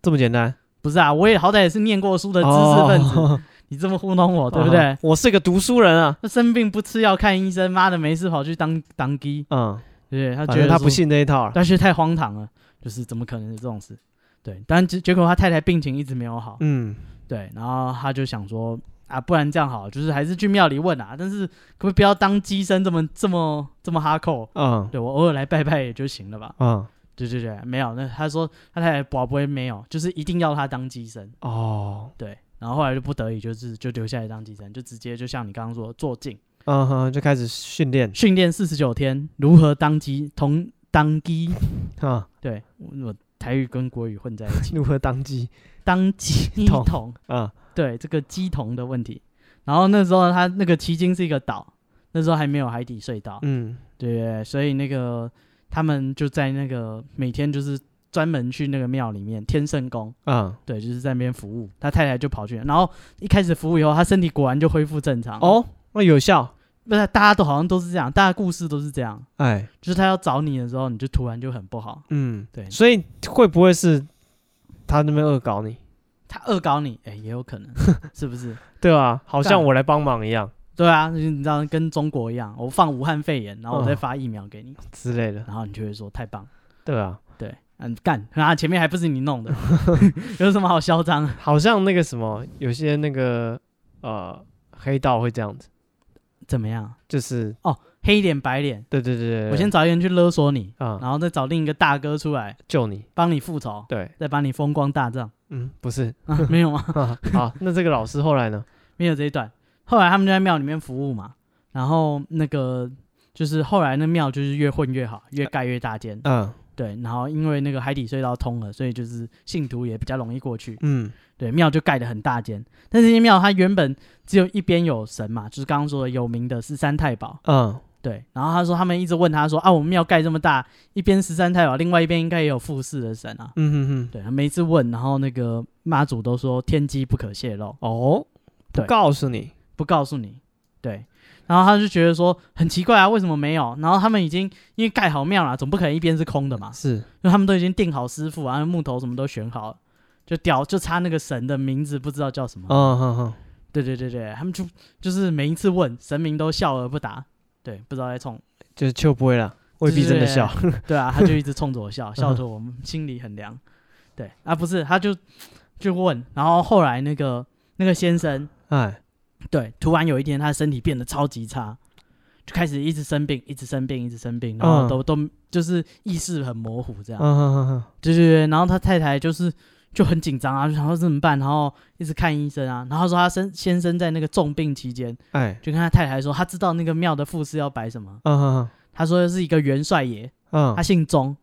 这么简单。
不是啊？我也好歹也是念过书的知识分子，
哦
你这么糊弄我，对不 对
啊？我是个读书人啊。
那、生病不吃药看医生，妈的没事跑去当当鸡，
嗯，
对不对？他
他
觉得
他
说
不，信这一套了。啊
但是太荒唐了，就是怎么可能有这种事？对，但结结果他太太病情一直没有好，
嗯，
对，然后他就想说啊，不然这样好了，就是还是去庙里问啊，但是可不可以不要当鸡生这么这么这么哈扣？
嗯，
对我偶尔来拜拜也就行了吧。
嗯，
对对对，没有，那他说他太太保不会没有，就是一定要他当鸡生。
哦，
对，然后后来就不得已就是就留下来当鸡生，就直接就像你刚刚说做镜
嗯哼，就开始训练，
训练四十九天，如何当鸡同当鸡，
啊，
对我我台语跟国语混在一起，
如何当机，
当鸡
同
同。
啊，
对这个鸡童的问题。然后那时候他那个旗津是一个岛，那时候还没有海底隧道，
嗯，
对，所以那个他们就在那个每天就是专门去那个庙里面天圣宫，
啊，
对，就是在那边服务。他太太就跑去，然后一开始服务以后，他身体果然就恢复正常。，
哦，那有效，
不是，大家都好像都是这样，大家故事都是这样，
哎，
就是他要找你的时候，你就突然就很不好。
嗯，
对
所以会不会是他那边恶搞你？
他恶搞你，哎、也有 可能，是不是？
对啊，好像
干
我来帮忙一样
对啊，就是你知道跟中国一样，我放武汉肺炎，然后我再
哦
发疫苗给 你，
之类的，
然后你就会说太棒，
对啊，
对，嗯，干，啊，前面还不是你 弄的， 有什么好嚣张？
好像那个什么，有些那个呃黑道会这样子，
怎么样？
就是
黑脸白脸，
对对对对，对
我先找一个人去勒索你，
啊
然后再找另一个大哥出来
救你，
帮你复仇，
对，
再帮你风光大 葬。
嗯，不是，
啊、没有啊，
啊好，那这个老师后来呢？
没有这一段。后来他们就在庙里面服务嘛，然后那个就是后来那庙就是越混越好，越盖越大间。
嗯
对，然后因为那个海底隧道通了，所以就是信徒也比较容易过去。
嗯
对，庙就盖得很大间，但是这些庙它原本只有一边有神嘛，就是刚刚说的有名的十三太保。
嗯，
对，然后他说他们一直问他说啊，我们庙盖这么大，一边十三太保，另外一边应该也有富士的神啊。
嗯哼哼，
对，他每次问，然后那个妈祖都说天机不可泄露，
哦，不
对
告诉你，
不告诉你。对，然后他就觉得说很奇怪啊，为什么没有？然后他们已经因为盖好庙了，总不可能一边是空的嘛，
是，
因为他们都已经定好师傅啊，木头什么都选好了，就屌就差那个神的名字不知道叫什么。
嗯哼哼，
对对对对，他们就就是每一次问神明都笑而不答，对，不知道在冲，
就是秋不会啦，未必真的笑，
对啊，他就一直冲着我 笑，笑着我们心里很凉，对啊，不是，他就就问，然后后来那个那个先生，
哎，
对，突然有一天他身体变得超级差，就开始一直生病，一直生病，一直生病，然后
嗯
都、都就是意识很模糊这样
嗯，哼哼哼，
对对对，然后他太太就是就很紧张啊，就想说怎么办，然后一直看医生啊，然后说他生先生在那个重病期间。
哎，
就跟他太太说，他知道那个庙的副师要摆什么。
嗯哼
他说是一个元帅爷，
哼，
他
嗯，
姓钟，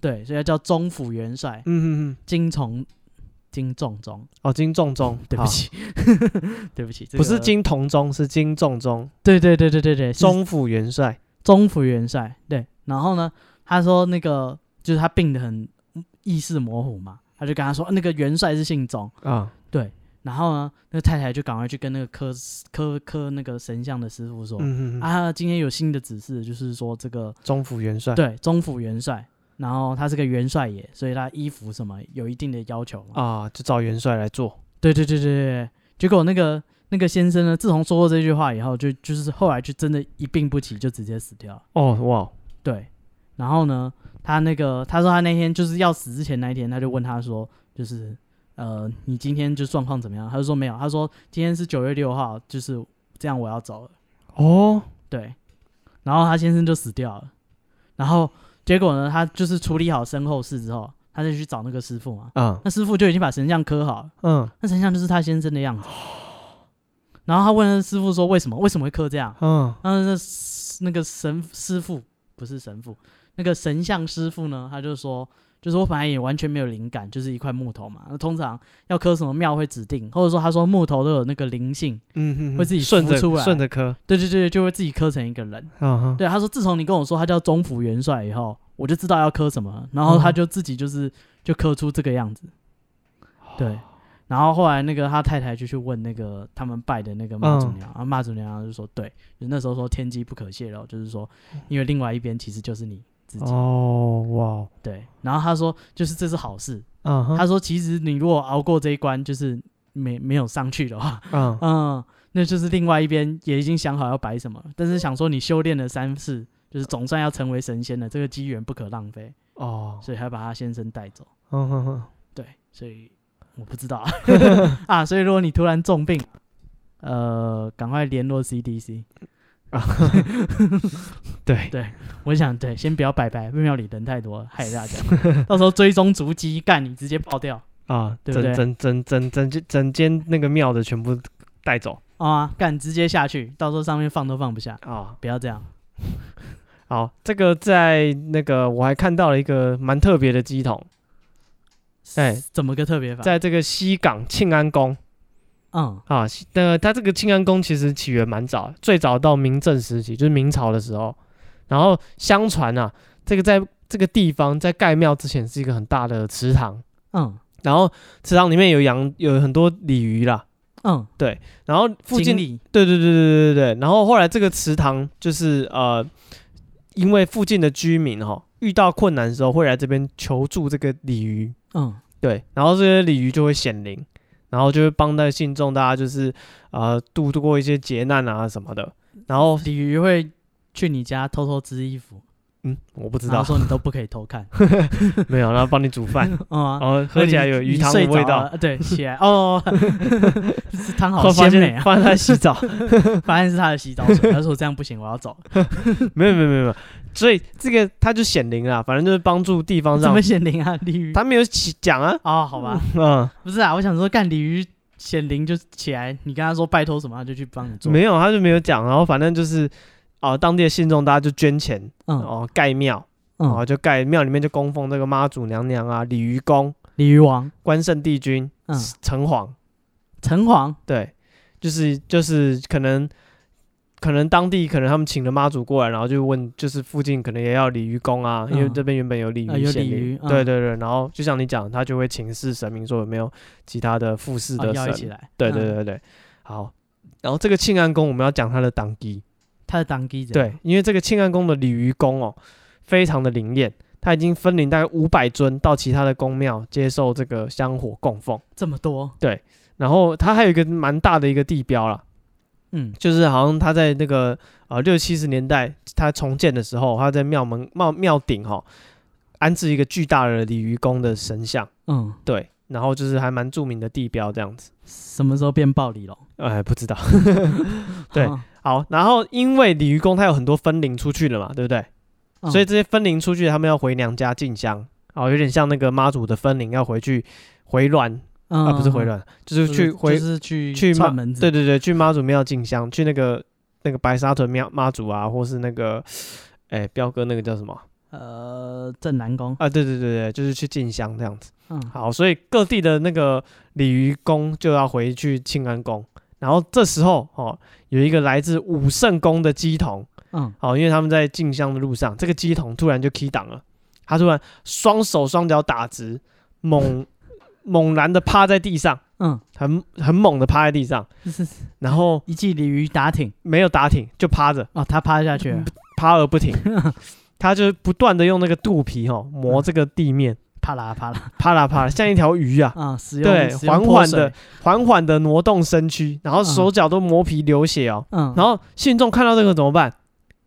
对，所以他叫钟府元帅
嗯哼哼，
金崇金仲钟。
哦，金重中，
对不
好，
起， 对不起，这
不是
个，
金同宗，是金重中，
对对对对对对，钟
中府元帅，
钟府元帅。对，然后呢，他说那个就是他病得很意识模糊嘛，他就跟他说那个元帅是姓钟。
啊，
然后呢，那个太太就赶快去跟那个科科科那个神像的师傅说、
嗯哼哼，
啊，今天有新的指示，就是说这个
中府元帅，
对，中府元帅，然后他是个元帅爷，所以他衣服什么有一定的要求嘛。
啊，就找元帅来做，
对对对对对，结果那个那个先生呢，自从说过这句话以后，就就是后来就真的一病不起，就直接死掉了。
哦，哇，
对，然后呢，他那个他说他那天就是要死之前那一天，他就问他说，就是呃，你今天就状况怎么样？他就说没有，他说今天是九月六号，就是这样，我要走了。
哦，
对，然后他先生就死掉了，然后结果呢，他就是处理好身后事之后，他就去找那个师傅嘛，
啊，
那师傅就已经把神像刻好了，
嗯
那神像就是他先生的样子，然后他问那师傅说为什么为什么会刻这样，
嗯，
然后那那个神师傅不是神父，那个神像师傅呢，他就说。就是我本来也完全没有灵感，就是一块木头嘛。那通常要刻什么庙会指定，或者说他说木头都有那个灵性，
嗯哼哼，
会自己
顺着
浮出来
顺着磕，
对对对，就会自己刻成一个人。
嗯哼，
对，他说自从你跟我说他叫中府元帅以后，我就知道要磕什么，然后他
嗯
就自己就是、就磕出这个样子。
哦
对，然后后来那个他太太就去问那个他们拜的那个妈祖
嗯
娘，啊妈祖娘就说对，就那时候说天机不可泄露，就是说
嗯
因为另外一边其实就是你自己。
哦，
对，然后他说就是这是好事，
哇，嗯哼，
他说其实你如果熬过这一关，就是没没有上去的话，
嗯，
嗯，那就是另外一边也已经想好要摆什么了，但是想说你修炼了三世，就是总算要成为神仙了，这个机缘不可浪费，
哦，
所以还把他先生带走。
嗯哼哼，
对，所以我不知道 啊。所以如果你突然重病，呃，赶快联络 CDC。
对，
我想，对，先不要拜拜，庙里人太多，害 大家。到时候追踪足迹，干你直接爆掉
啊，
对不对
整整整整整间整间那个庙的全部带走
啊！干直接下去，到时候上面放都放不下，
啊。
不要这样。
好，这个在那个我还看到了一个蛮特别的鸡桶，哎
怎么个特别法？
在这个西港庆安宫
嗯
啊，西那它这个庆安宫其实起源蛮早，最早到明正时期，就是明朝的时候。然后相传啊，这个在这个地方在盖庙之前是一个很大的池塘，
嗯
然后池塘里面有养有很多鲤鱼啦，
嗯，
然后附近
锦鲤
对对对对对对对。然后后来这个池塘就是呃，因为附近的居民哈、遇到困难的时候会来这边求助这个鲤鱼，
嗯
对，然后这些鲤鱼就会显灵，然后就会帮在信众大家就是呃度度过一些劫难啊什么的。然后
鲤鱼会去你家偷偷织衣服，
嗯，我不知
然后
道，
说你都不可以偷 看。
没有，然后帮你煮饭，
嗯啊
然，后哦喝起来有鱼汤的味道。，
对，起来哦， 是汤好
后发
鲜美
现
啊！
发现他在洗澡，
发现是他的洗澡水，他说这样不行，我要走。
没有没有没有没有，所以这个他就显灵啦，反正就是帮助地方
怎
上
么，显灵啊？鲤鱼
哦他没有起讲啊，
哦，好 吧，
嗯，
不是啊，我想说干鲤鱼显灵就起来，你跟他说拜托什么，他就去帮你做。
没有，他就没有讲。然后反正就是，哦、当地的信众大家就捐钱，
嗯
哦、盖庙，然后
嗯，
就盖庙里面就供奉这个妈祖娘娘啊、鲤鱼公、
鲤鱼王，
关圣帝君、
嗯，
城隍，
城隍，
对，就是就是可能可能当地可能他们请了妈祖过来，然后就问，就是附近可能也要鲤鱼公啊，因为
嗯
这边原本有鲤
啊
鱼
有
显
鲤
灵
鱼嗯
对对对，然后就像你讲，他就会请示神明说有没有其他的附
哦
祀的
要
神，
一起来。
对对
嗯，
对对，好。然后这个庆安宫，我们要讲他的党基。
他的当机者。
对，因为这个庆安宫的鲤鱼宫哦，非常的灵验，它已经分灵大概五百尊到其他的宫庙接受这个香火供奉。
这么多，
然后它还有一个蛮大的一个地标啦，
嗯
就是好像它在那个呃六七十年代它重建的时候，它在庙门庙庙顶哈、哦、安置一个巨大的鲤鱼宫的神像，
嗯，
对，然后就是还蛮著名的地标这样子。
什么时候变暴鲤了？
哎，不知道。对
啊，
好，然后因为鲤鱼宫它有很多分灵出去了嘛，对不对？
嗯
所以这些分灵出去，他们要回娘家进香，哦，有点像那个妈祖的分灵要回去回銮啊，不是回
嗯
銮，就是去回
就，是去
去
串
妈
门子，
对对对，去妈祖庙进香，去那个那个白沙屯庙妈祖啊，或是那个，哎，彪哥那个叫什么
呃，镇南宫，
啊？对对对对，就是去进香这样子。
嗯，
好，所以各地的那个鲤鱼宫就要回去庆安宫，然后这时候哦，有一个来自武圣宫的鸡童，
嗯，
哦，因为他们在进香的路上，这个鸡桶突然就 key 档了，他突然双手双脚打直，猛猛然的趴在地上，
嗯，
很很猛的趴在地上，
就是
然后
一记鲤鱼打挺
没有打挺，就趴着，
哦，他趴下
嗯
去了，
趴而 不挺，他就不断的用那个肚皮哦磨这个地面，
啪啦啪 啦
啪啦啪啦，像一条鱼啊，
啊，使用
对，
使用
缓
泼
缓
水
的缓缓的挪动身躯，然后手脚都磨皮流血哦，
嗯，
然后信众看到这个怎么办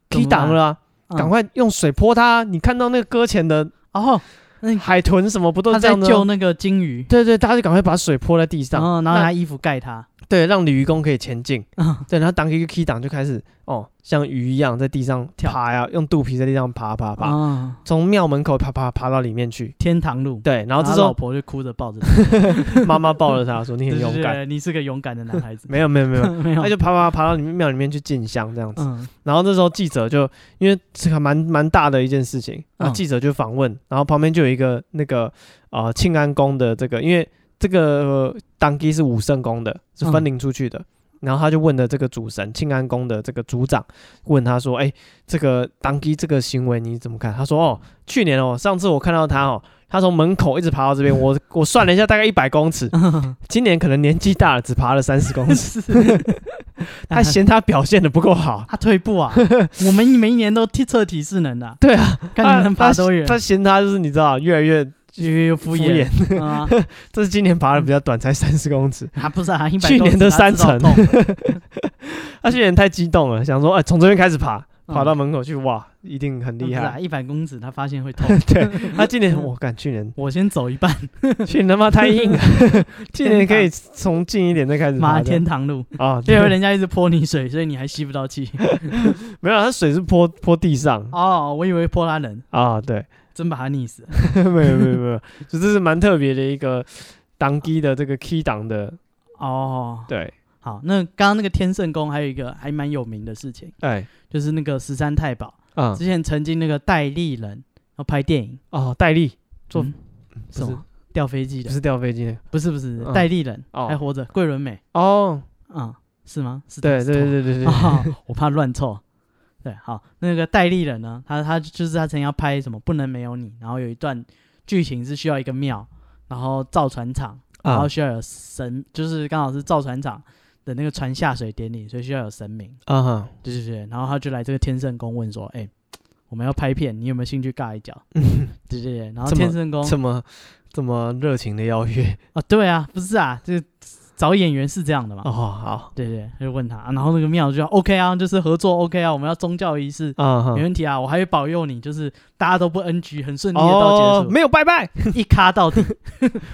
怎
？key
么办
档了啊、
嗯
赶快用水泼他！啊你看到那个搁浅的
哦，那
海豚什么不都
他
这
在
样的
救嗯
吗？
那个金鱼，
对对，大家就赶快把水泼在地
然
上，
后然后
那
拿衣服盖他，
对，让鲤鱼公可以前进。
嗯
对，然后当一个 key 档就开始哦，像鱼一样在地上
跳
爬呀、用肚皮在地上爬爬爬，
啊，
从庙门口爬爬爬到里面去。
天堂路。
对，然后这
他
时
老
候
婆就哭着 抱着他，
妈妈抱了他说：“你
对
很
对
勇
对
敢。
对，你是个勇敢的男孩”子。
没有没有没 有，
没有，
他就爬爬爬到里面庙里面去进香这样子。
嗯
然后这时候记者就因为这个蛮蛮大的一件事情，然后
嗯
记者就访问，然后旁边就有一个那个呃庆安宫的这个，因为这个呃当机是武圣宫的，是分
嗯
灵出去的。然后他就问了这个主神庆安宫的这个组长，问他说：“哎、这个当机这个行为你怎么看？”他说：“哦，去年哦，上次我看到他哦，他从门口一直爬到这 边，我我算了一下，大概一百公尺。今年可能年纪大了，只爬了三十公 尺。
是
他嫌他表现的不够好，
他退步 啊！我们每一年都体测体适能的，
对啊，
看你能爬多远
他，他嫌他就是你知道，越来越
越越敷
敷
衍
衍。
啊！
这是今年爬的比较短，才三十公尺。
啊，不是啊，100
去年的
公尺他
三
知道
层
痛 嗯
嗯他去年太激动了，想说哎，从这边开始爬，爬到门口去，哇，一定很厉害。
啊一凡公子他发现 会痛，
他今年我敢去年，
我先走一半，
去年他妈太 硬了，今年可以从近一点再开始
妈
爬的。
天堂路，
啊，
因为
对，
人家一直泼你水，所以你还吸不 到气。
没有，啊他水是泼泼地上
哦，我以为泼他人，
啊，对，
真把他溺死了。
没有没有没有没有，就这是蛮特别的一个当机的这个 key 档的，
哦，
对，
好，那刚刚那个天圣宫还有一个还蛮有名的事情，
哎，
就是那个十三太保，
啊
之前曾经那个戴立人要拍电影，
哦，戴笠做
嗯
是
什么掉飞机
不
的，
是掉飞机那个
不是不是
嗯
戴立人
哦
还活着，桂纶镁，
哦，
嗯，是吗？是
对对对对对对，
啊，我怕乱凑。对，好，那个戴立人呢，他他就是他曾经要拍什么不能没有你，然后有一段剧情是需要一个庙，然后造船厂，然
啊
后需要有神，就是刚好是造船厂的那个船下水典礼，所以需要有神明，
啊哈，
对对对，然后他就来这个天圣宫问说，哎、我们要拍片，你有没有兴趣尬一脚？ 对对对，然后
这么
天圣宫
这么这么热情的邀约
啊，对啊，不是啊，这找演员是这样的嘛？
哦，好
对对，他就问他，啊然后那个庙就说 OK 啊，就是合作 OK 啊，我们要宗教仪式，
啊哈
没，问题啊，我还会保佑你，就是大家都不 NG，很顺利的到
哦，
结束，
没有拜 拜，
一咖 到底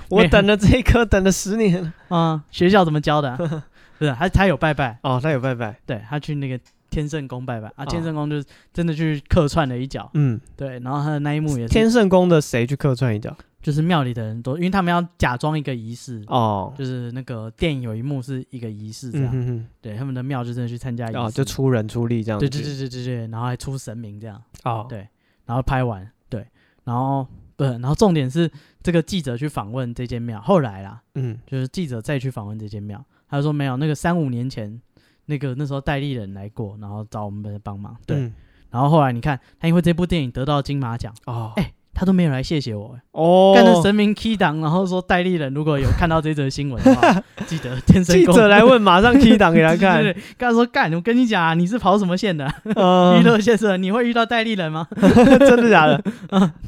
我等了这一颗 等了十年了，
啊、学校怎么教的啊、 不是，他他有拜拜，
哦，他有拜拜，
对他去那个天圣宫拜拜啊，
啊
天圣宫就是真的去客串了一脚，
嗯，
对，然后他的那一幕也是，
天圣宫的谁去客串一脚？
就是庙里的人都，因为他们要假装一个仪式，
哦，
就是那个电影有一幕是一个仪式这
嗯
样，
哼
对，他们的庙就真的去参加仪
哼，
式，
哦，就出人出力这样子，
对对对对对对，然后还出神明这样。
哦，
对然后拍完，对，然后不，然后重点是这个记者去访问这间庙，后来啦，
嗯，
就是记者再去访问这间庙，他就说没有，那个三五年前，那个那时候代理人来过，然后找我们帮忙，对，
嗯，
然后后来你看他因为这部电影得到金马奖，
哦，
哎他都没有来谢谢我、欸，
哦，
干了神明 key 档，然后说代理人如果有看到这则新闻的 话，记得天生
记者 来。问，马上 key 档给他看，
对对对，刚才说干，我跟你讲啊，你是跑什么线的？
嗯
娱乐线是，你会遇到代理人吗？
真的假的？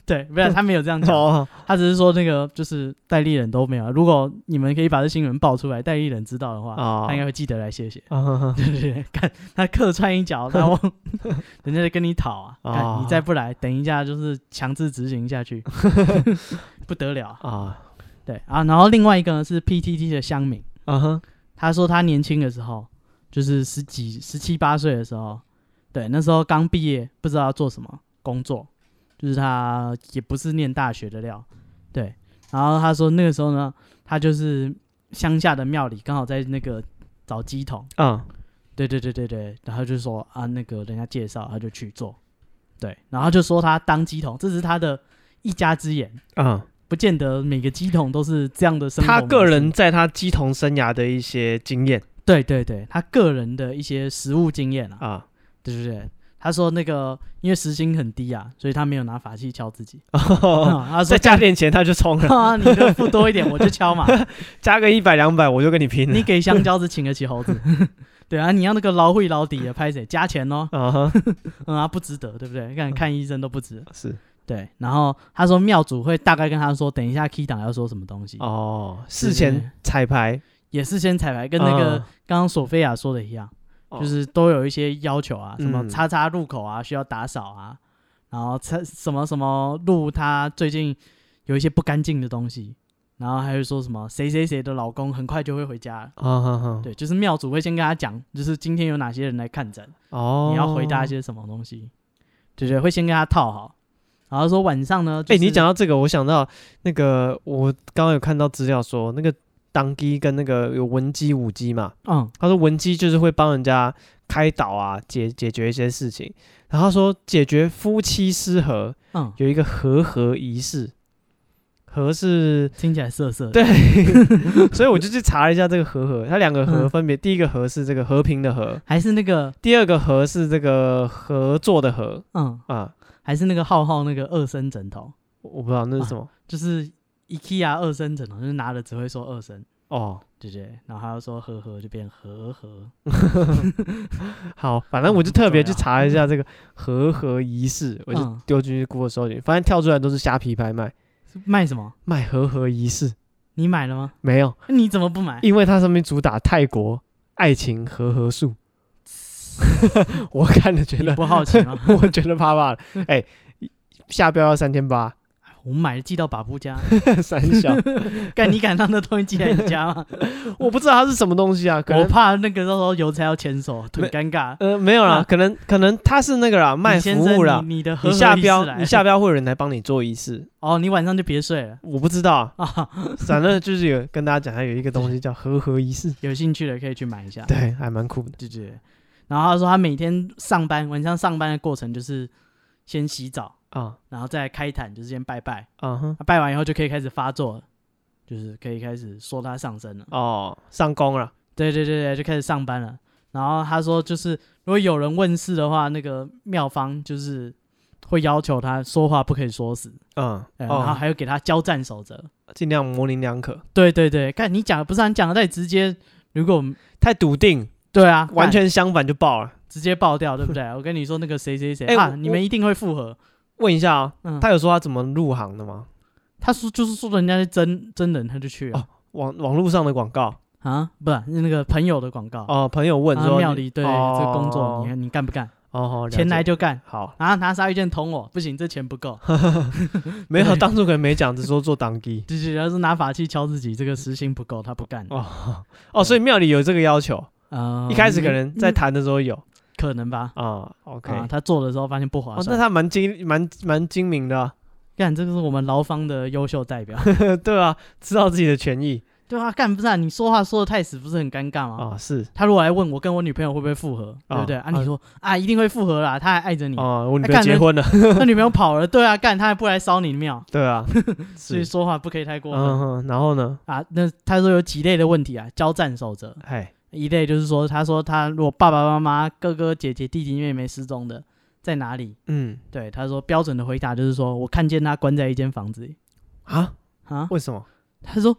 对，不然他没有这样 讲。
哦，
他只是说那个就是代理人都没有。如果你们可以把这新闻爆出来，代理人知道的话，
哦
啊他应该会记得来谢谢。
啊哈哈
对对对， 看他客串一脚，然后人家就跟你讨啊，
哦
干你再不来，等一下就是强制执行下去，不得了啊。
啊
对啊，然后另外一个呢是 PTT 的乡民，
啊哈，
他说他年轻的时候，就是十几、十七八岁的时候，对，那时候刚毕业，不知道要做什么工作，就是他也不是念大学的料，对。然后他说那个时候呢，他就是乡下的庙里，刚好在那个找鸡桶，
啊
对对对对对，然后就说啊，那个人家介绍，他就去做，对，然后就说他当鸡桶，这是他的一家之言，
啊，
不见得每个鸡桶都是这样的生活
他
模式。
个人在他鸡同生涯的一些经验
对对对，他个人的一些实务经验啊，
啊，
对对对，他说那个因为时薪很低啊，所以他没有拿法器敲自己。 他说
在哦加点钱他就冲了，
啊，你就付多一点，我就敲嘛。
加个一百两百我就跟你拼了
你给香蕉是请得起猴子， 对啊，你要那个劳会劳底的拍谁加钱哦，
啊 哈，
嗯啊，不值得，对不对？看看医生都不值。
是
对，然后他说庙主会大概跟他说，等一下 key 档要说什么东西，
哦，
对
事
对对
前彩排
也是先彩排，跟那个
啊
刚刚索菲亚说的一样，
哦
就是都有一些要求啊，什么
嗯
叉叉路口啊需要打扫啊，然后叉什么什么路它最近有一些不干净的东西，然后还会说什么谁谁谁的老公很快就会回家了。
啊哈哈，
对，就是庙主会先跟他讲，就是今天有哪些人来看诊，
哦，
你要回答一些什么东西，对对，会先跟他套好，然后说晚上呢，就
哎、
是
你讲到这个，我想到那个，我刚刚有看到资料说，那个当机跟那个有文姬武姬嘛，
嗯
他说文姬就是会帮人家开导啊，解解决一些事情。然后他说解决夫妻失和
嗯，
有一个和和仪式，和是，
听起来涩涩的，
对所以我就去查了一下这个和和，它两个和
嗯
分别，第一个和是这个和平的和，
还是那个
第二个和是这个合作的和
嗯，
啊，
还是那个浩浩那个二声枕头，
我我不知道那是什么、
就是 IKEA 二声枕头，就是拿了只会说二声，
哦。
对不对？然后他又说呵呵，就变呵呵，
好，反正我就特别去
不重要
查了一下这个和和仪式，我就
嗯
丢进去 Google 搜寻，发现跳出来都是虾皮拍卖，
是卖什么？
卖和和仪式
你买了吗？
没有，
哎你怎么不买？
因为它上面主打泰国爱情和和术， 我看了觉
你
得，？
不好奇吗
我觉得怕怕 的。哎、下标要三千八，
啊我们买了寄到把布家，
三 小，
干你敢让那东西寄来你家吗？
我不知道它是什么东西 啊，可
我
能
怕那个到时候邮差要签收，很尴尬。
呃没有啦
那，
可能可能它是那个啦，卖
啊李
服
先
务啦
生，。你你的合
你
合
下
意思
标，
来
你下标会有人来帮你做仪式，
哦，你晚上就别睡了
我不知道啊，
啊。
反正就是有跟大家讲，它有一个东西叫和合仪式，
有兴趣的可以去买一下。
对，还蛮酷的。
对对对。然后他说他每天上班，晚上上班的过程就是先洗澡，
啊
然后再来开坛，就是先拜拜。
啊哼，
啊拜完以后就可以开始发作了，就是可以开始说他上身了。
哦，上工了，
对对对对，就开始上班了。然后他说，就是如果有人问事的话，那个妙方就是会要求他说话不可以说死，
嗯，
呃然后
哦，
还有给他交战守则。
尽量模棱两可，
对对对，看你讲的不是啊你讲的太直接，如果
太笃定，
对啊，
完
干
全相反就爆了。
直接爆掉，对不对？我跟你说，那个谁谁谁、
哎
啊
我，
你们一定会复合。
问一下啊，
嗯，他
他有说他怎么入行的吗？
他说就是说人家是真真人，他就去了、
哦网网络上的广告
啊，不是那个朋友的广告。
哦，朋友问
啊
说
庙里对、
哦
这个工作，你你干不干？
哦，好了解
钱来就干
好，
啊！拿鲨鱼剑捅我，不行，这钱 不够。
没 有当初可能没讲，只说做当机
就是要是拿法器敲自己，这个私心不够，他不干。
哦
嗯
哦，所以庙里有这个要求，
呃
一开始可能在
嗯
谈的时候有
可能吧。
啊，OK，
啊，他做的时候发现不划
哦，那
算。
他蛮精蛮蛮精明的啊，
干，这个是我们劳方的优秀代 表。
对啊，知道自己的权益
对啊，干不是啊？你说话说的太死，不是很尴尬吗？
啊，是
他如果来问我跟我女朋友会不会复合，对不对？
啊
啊，你说啊，一定会复合啦，他还爱着你，
啊，我女
哎
朋友
干
结
人
婚了，
那女朋友跑了，对啊，干他还不来烧你庙，
对 啊，
所
是，
以说话不可以太过分
嗯哼，然后呢，
啊。那他说有几类的问题啊，交战守则，
哎，
一类就是说，他说他如果爸爸妈妈、哥哥姐姐、弟弟妹妹失踪的，在哪里？
嗯
对，他说标准的回答就是说我看见他关在一间房子里
啊，
啊。
为什么？
他说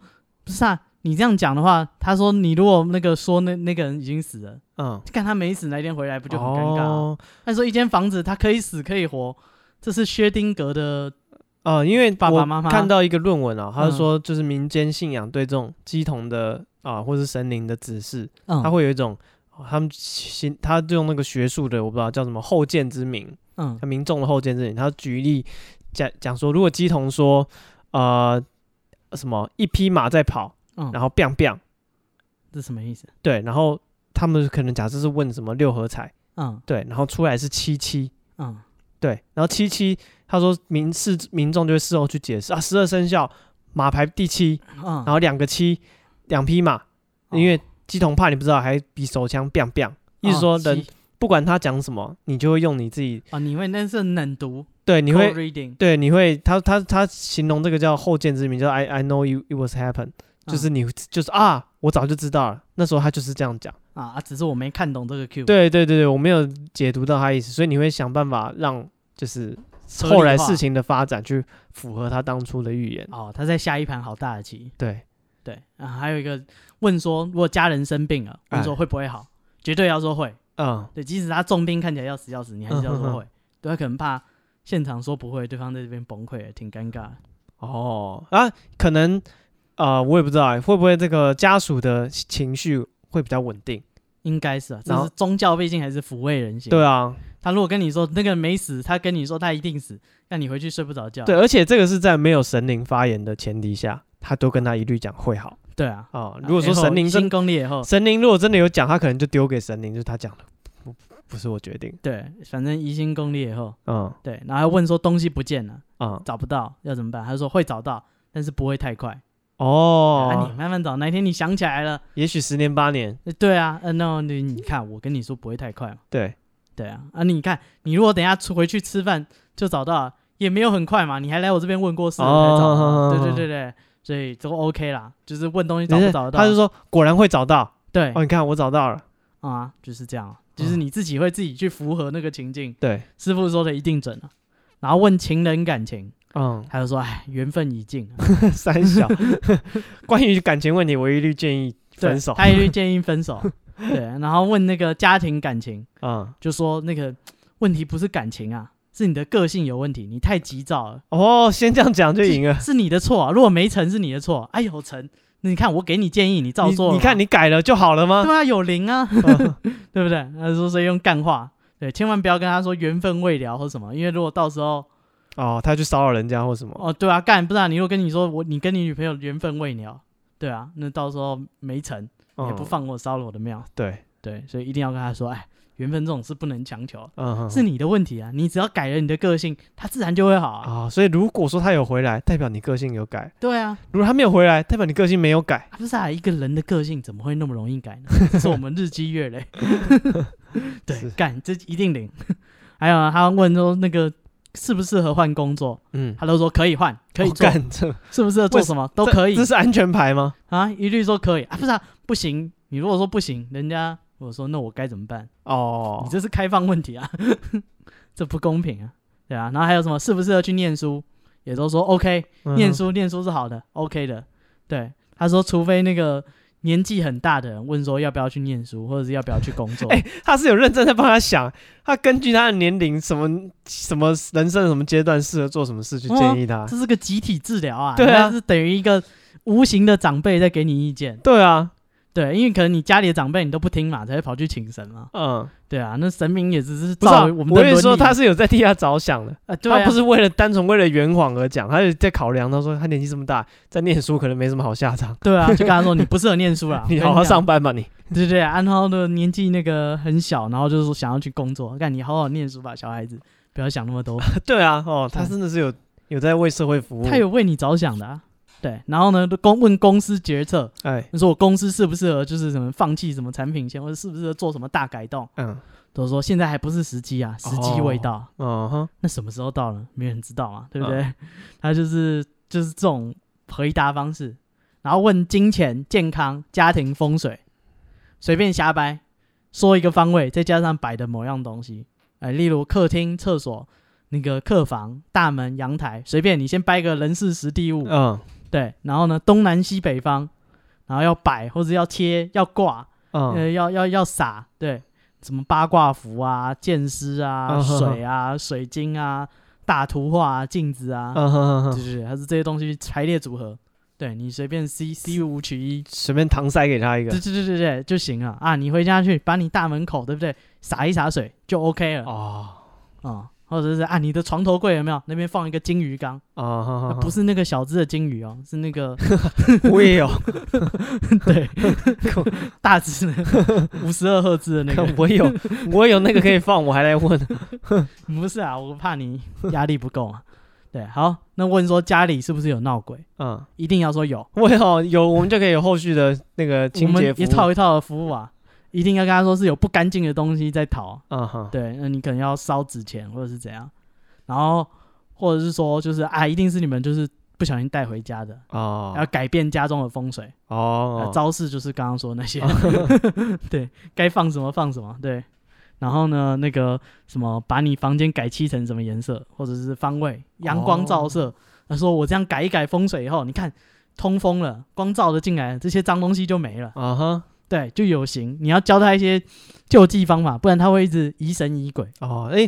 不是啊，你这样讲的话，他说你如果那个说那那个人已经死了，
嗯，
看他没死那一天回来不
不
就很尴尬、啊
哦
他说一间房子他可以死可以活，这是薛丁格的
啊，因为
爸爸
我
妈妈
看到一个论文啊，他
嗯
是说就是民间信仰对这种鸡同的啊，或是神灵的指示，
嗯
他会有一种。哦他们新他用那个学术的，我不知道叫什么后见之明，
嗯
他民众的后见之明，他举例讲讲说，如果鸡同说，呃，什么一匹马在跑，
嗯，
然后 biang biang，
这什么意思？
对，然后他们可能假设是问什么六合彩，
嗯
对，然后出来是七七，
嗯
对，然后七七，他说民事民众就会事后去解释啊，十二生肖马排第七，
嗯，
然后两个七，两匹马，
哦
因为鸡同怕你不知道，还比手枪 biang biang，意思
哦
说
鸡
人不管他讲什么，你就会用你自己，
哦，你会那是冷读，
对，你
cold
会
reading，
对，你会，他他他形容这个叫后见之明，叫 I I know you it was happen，就是
嗯
你就是啊，我早就知道了，那时候他就是这样讲。
啊啊，只是我没看懂这个 Q，，
对对对对，我没有解读到他意思，所以你会想办法让就是
合理
后来
化
事情的发展去符合他当初的预言。
哦，他在下一盘好大的棋，
对，
对，啊，还有一个问说，如果家人生病了，问说
哎
会不会好，绝对要说会，
嗯，
对，即使他重病看起来要死要死，你还是
嗯
要
哼
说
哼
会，对他啊可能怕现场说不会，对方在这边崩溃，挺尴尬的。
哦啊，可能呃，我也不知道欸会不会这个家属的情绪会比较稳定。
应该是啊，这
然后
是宗教，毕竟还是抚慰人心。
对，啊，
他如果跟你说那个人没死，他跟你说他一定死，那你回去睡不着觉。
对，啊而且这个是在没有神灵发言的前提下，他都跟他一律讲会好
对啊，
啊、如果说神灵真
新功力以后，
神灵如果真的有讲，他可能就丢给神灵，就是他讲的，不不是我决定。
对，反正疑心功力以后，
嗯
对，然后还问说东西不见了，
嗯
找不到要怎么办？他说会找到，但是不会太快。
哦，
啊，你慢慢找，哪一天你想起来了，
也许十年八年，
呃对啊，嗯、那你你看，我跟你说不会太快嘛，
对，
对啊，啊，你看，你如果等一下出回去吃饭就找到了，也没有很快嘛，你还来我这边问过事，我才找到
哦
对对对对，所以都 OK 啦，就是问东西找
但
不
是
找得到，
他就说果然会找到
对
哦，你嗯看我找到了，
啊，就是这样，就是你自己会自己去符合那个情境，
对，
师傅说的一定准啊。然后问情人感情，，
嗯
他就说：“哎，缘分已尽啊，
三小。 关于感情问题，我一律建议
对
分手。
他一律建议分 手。对，然后问那个家庭感情，
嗯，
就说那个问题不是感情啊，是你的个性有问题，你太急躁了，
哦，先这样讲就赢了
啊是你的错啊。如果没成是你的错，哎有成，那你看我给你建议，你照做
你你看
你
你改了就好了吗？
对啊，有灵啊，
嗯
对不对？他说所以用干话，对，千万不要跟他说缘分未了或什么，因为如果到时候
哦，他去骚扰人家或什么，
哦，对啊，干，不然你如果跟你说我你跟你女朋友缘分未了，对啊，那到时候没成，你哦也
嗯
不放过烧了我的庙，
对，
对，所以一定要跟他说，哎，缘分这种事不能强求，
嗯哼，
是你的问题啊，你只要改了你的个性，它自然就会好啊。
啊、所以如果说他有回来，代表你个性有改；
对啊，
如果他没有回来，代表你个性没有改。
啊不是啊，一个人的个性怎么会那么容易改呢？ 这是我们日 积月累。对
是，
干这一定灵。 还有啊，他问说那个适不适合换工作，
嗯，
他都说可以换，可以
哦
做，
干 这
适不适合做
为
什么都
这
可以
这是安全牌吗？
啊，一律说可以啊，不是啊，不行。你如果说不行，人家我说那我该怎么办？
哦
你，这是开放问题啊， 这不公平啊，对啊。然后还有什么适不适合去念书，也都说 OK，
嗯哼
念书念书是好的，OK 的。对，他说除非那个年纪很大的人问说要不要去念书，或者是要不要去工作，
哎他是有认真在帮他想，他根据他的年龄，什么什么人生的什么阶段适合做什么事去建议他。
这是个集体治疗啊，
对啊
那是等于一个无形的长辈在给你意见，
对啊，
对，因为可能你家里的长辈你都不听嘛，才会跑去请神嘛，
嗯，
对啊，那神明也只是
不是、
照
啊，
我们
我
的
跟
伦
你
理
说，他是有在替他着想的，
啊，对啊，
他不是为了单纯为了圆谎而讲，他是在考量。他说他年纪这么大，在念书可能没什么好下场，，
对啊，就跟他说你不适合念书啦
你
我跟
好好
讲
上班吧你。
对对，啊然后呢，年纪那个很小，然后就是说想要去工作，干你好好念书吧，小孩子，不要想那么多，
对啊，哦，他
嗯
真的是有有在为社会服务。
他有为你着想的啊。对，然后呢，公问公司决策，
哎，
你说我公司适不适合，就是什么放弃什么产品线，或者适不适合做什么大改动，
嗯，
都说现在还不是时机啊，时机未到。
哦哈，
那什么时候到了，没人知道嘛，对不对？ 他就是就是这种回答方式，然后问金钱、健康、家庭、风水，随便瞎掰，说一个方位，再加上摆的某样东西，哎，例如客厅、厕所、那个客房、大门、阳台，随便你先掰个人事、实地物，
嗯
对，然后呢，东南西北方，然后要摆或者要贴、要挂，
嗯，
呃，要要要撒，对，什么八卦符啊、剑师啊、
嗯哼哼
水啊、水晶啊、大图画啊、镜子啊，
嗯哼哼
就
哼，
是它是这些东西排列组合，对你随便 C C 五取 一，
随便搪塞给他一个
对。对对对对就行了啊！你回家去把你大门口对不对撒一洒水就 OK 了啊、
哦，
嗯或者是啊你的床头柜有没有那边放一个金鱼缸？
啊哈
啊
哈，
不是那个小只的金鱼哦，是那个
是，我也有，
对 大只的五十二赫兹的那个
看。我也 有，我也有那个可以放，我还来问。
不是啊，我怕你压力不够啊。 对，好，那问说家里是不是有闹鬼？
嗯，
一定要说有，
我有有，我们就可以有后续的那个
我
清洁
们
服
一
务。
套一套的服务啊，一定要跟他说是有不干净的东西在逃。
啊哈，
对，那你可能要烧纸钱或者是怎样，然后或者是说就是啊，一定是你们就是不小心带回家的，要
哦
改变家中的风水。呃，
哦，
招式就是刚刚说那些， 对，该放什么放什么，对。然后呢，那个什么，把你房间改漆成什么颜色，或者是方位、阳光照
哦
射。他、说我这样改一改风水以后，你看通风了，光照的进来，这些脏东西就没了，
啊哈，
对，就有形。你要教他一些救济方法，不然他会一直疑神 疑鬼。
哦，哎，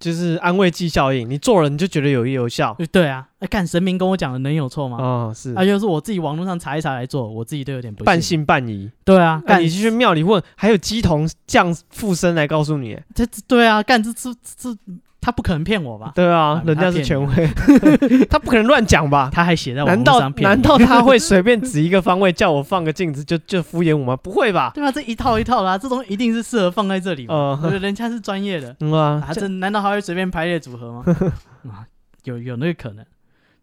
就是安慰剂效应，你做了你就觉得有益有效。
呃对啊，哎、看神明跟我讲的能有错吗？
哦，是
啊，就是我自己网络上查一查来做，我自己都有点不
半
信。
信半疑。
对啊，
那
干
你去庙里问，还有鸡童降附身来告诉你，
这这对啊，干这这这，他不可能骗我吧？
对啊
啊，
人
他
家是
骗
权威， 他不可能乱讲 吧？
他还写在网
难
络
道
上骗
难
你
道他会随便指一个方位叫我放个镜子 就就敷衍我吗？不会吧？
对吧？这一套一套的、啊，这东西一定是适合放在这里嘛。
呃
对不对人家是专业 的，
嗯啊
啊，，
这
这难道还会随便排列组合 吗？啊，有有那个可能。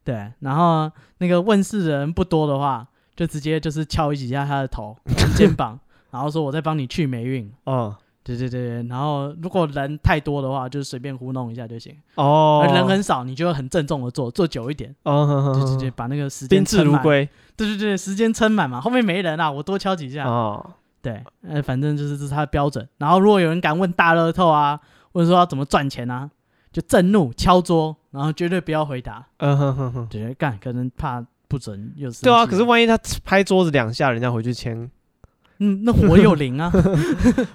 对，然后那个问世的人不多的话，就直接就是敲几下他的头肩膀，然后说我在帮你去霉运。
嗯
对对对，对然后如果人太多的话，就随便糊弄一下就行。
哦
而，人很少，你就很郑重的做，做久一点，
哦哼
对
哼
对
哼
对，把那个时间
宾至如
撑满
归
对对对，时间撑满嘛，后面没人啊，我多敲几下。
哦，
对，呃，反正就是这是他的标准。然后如果有人敢问大乐透啊，或者说要怎么赚钱啊，就震怒敲桌，然后绝对不要回答，
嗯哼哼哼，
觉得干可能怕不准又是
对啊，可是万一他拍桌子两下，人家回去签，
嗯，那我有 灵啊，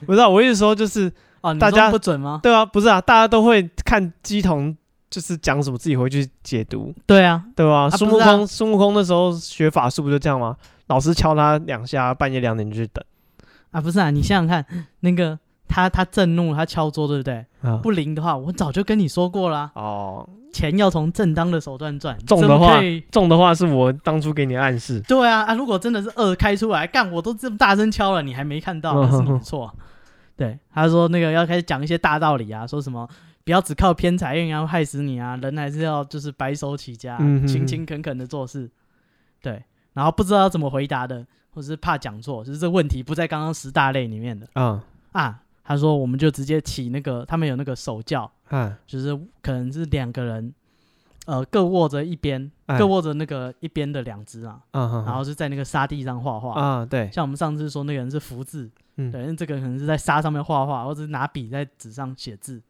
不是啊，我意思说就是
哦，你
大
说
家
不准吗？
对啊，不是啊，大家都会看鸡童就是讲什么自己回去解读，
对啊，
对吧？
啊
孙
不
悟
是啊
空，孙悟空那时候学法术不就这样吗？老师敲他两下，半夜两点就去等
啊不是啊，你想想看，那个他他震怒，他敲桌，对不对？
啊。
不灵的话，我早就跟你说过啦，
哦，钱
钱要从正当的手段赚，
中
怎
的
么
话
可以
中的话是我当初给你的暗示。
对啊，啊，如果真的是二开出来，干我都这么大声敲了，你还没看到，
嗯
那是你的错。 对，他说那个要开始讲一些大道理啊，说什么不要只靠偏财运啊会害死你啊，人还是要就是白手起家啊、
嗯哼
勤勤恳恳的做事。对，然后不知道要怎么回答的，或者是怕讲错，就是这问题不在刚刚十大类里面的
啊
啊。他说我们就直接起那个，他们有那个手教，
啊
就是可能是两个人，呃，各握着一边，
哎
各握着那个一边的两只啊，
啊！
然后就在那个沙地上画画。
啊， 对，
像我们上次说那个人是福字，
嗯
对，那这个可能是在沙上面画画，或者是拿笔在纸上写字，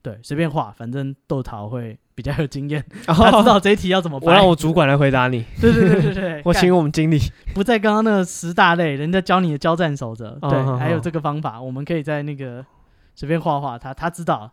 对，随便画，反正豆桃会比较有经验，他知道这一题要怎么
我哦
办。
让我主管来回答 你，
对对对对对，
我
干
请我们经理。
不在刚刚那个十大类，人家教你的交战守则，
哦
对，
好
还有
好
这个方法，我们可以在那个随便画画，他他知道，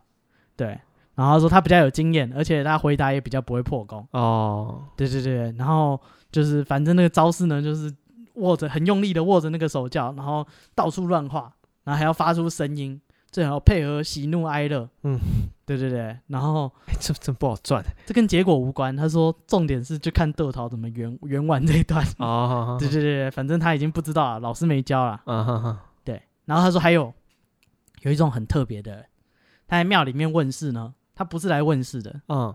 对。然后他说他比较有经验，而且他回答也比较不会破功。
哦，
对对对，然后就是反正那个招式呢，就是握着很用力的握着那个手教，然后到处乱画，然后还要发出声音，最好配合喜怒哀乐。
嗯，
对对对，然后
哎这真不好 赚
这跟结果无关。他说重点是就看豆桃怎么圆圆完这一段。
哦。
对对对，反正他已经不知道了，老师没教了。
啊哈哈，
对，然后他说还有有一种很特别的人，他在庙里面问事呢，他不是来问事的，
嗯，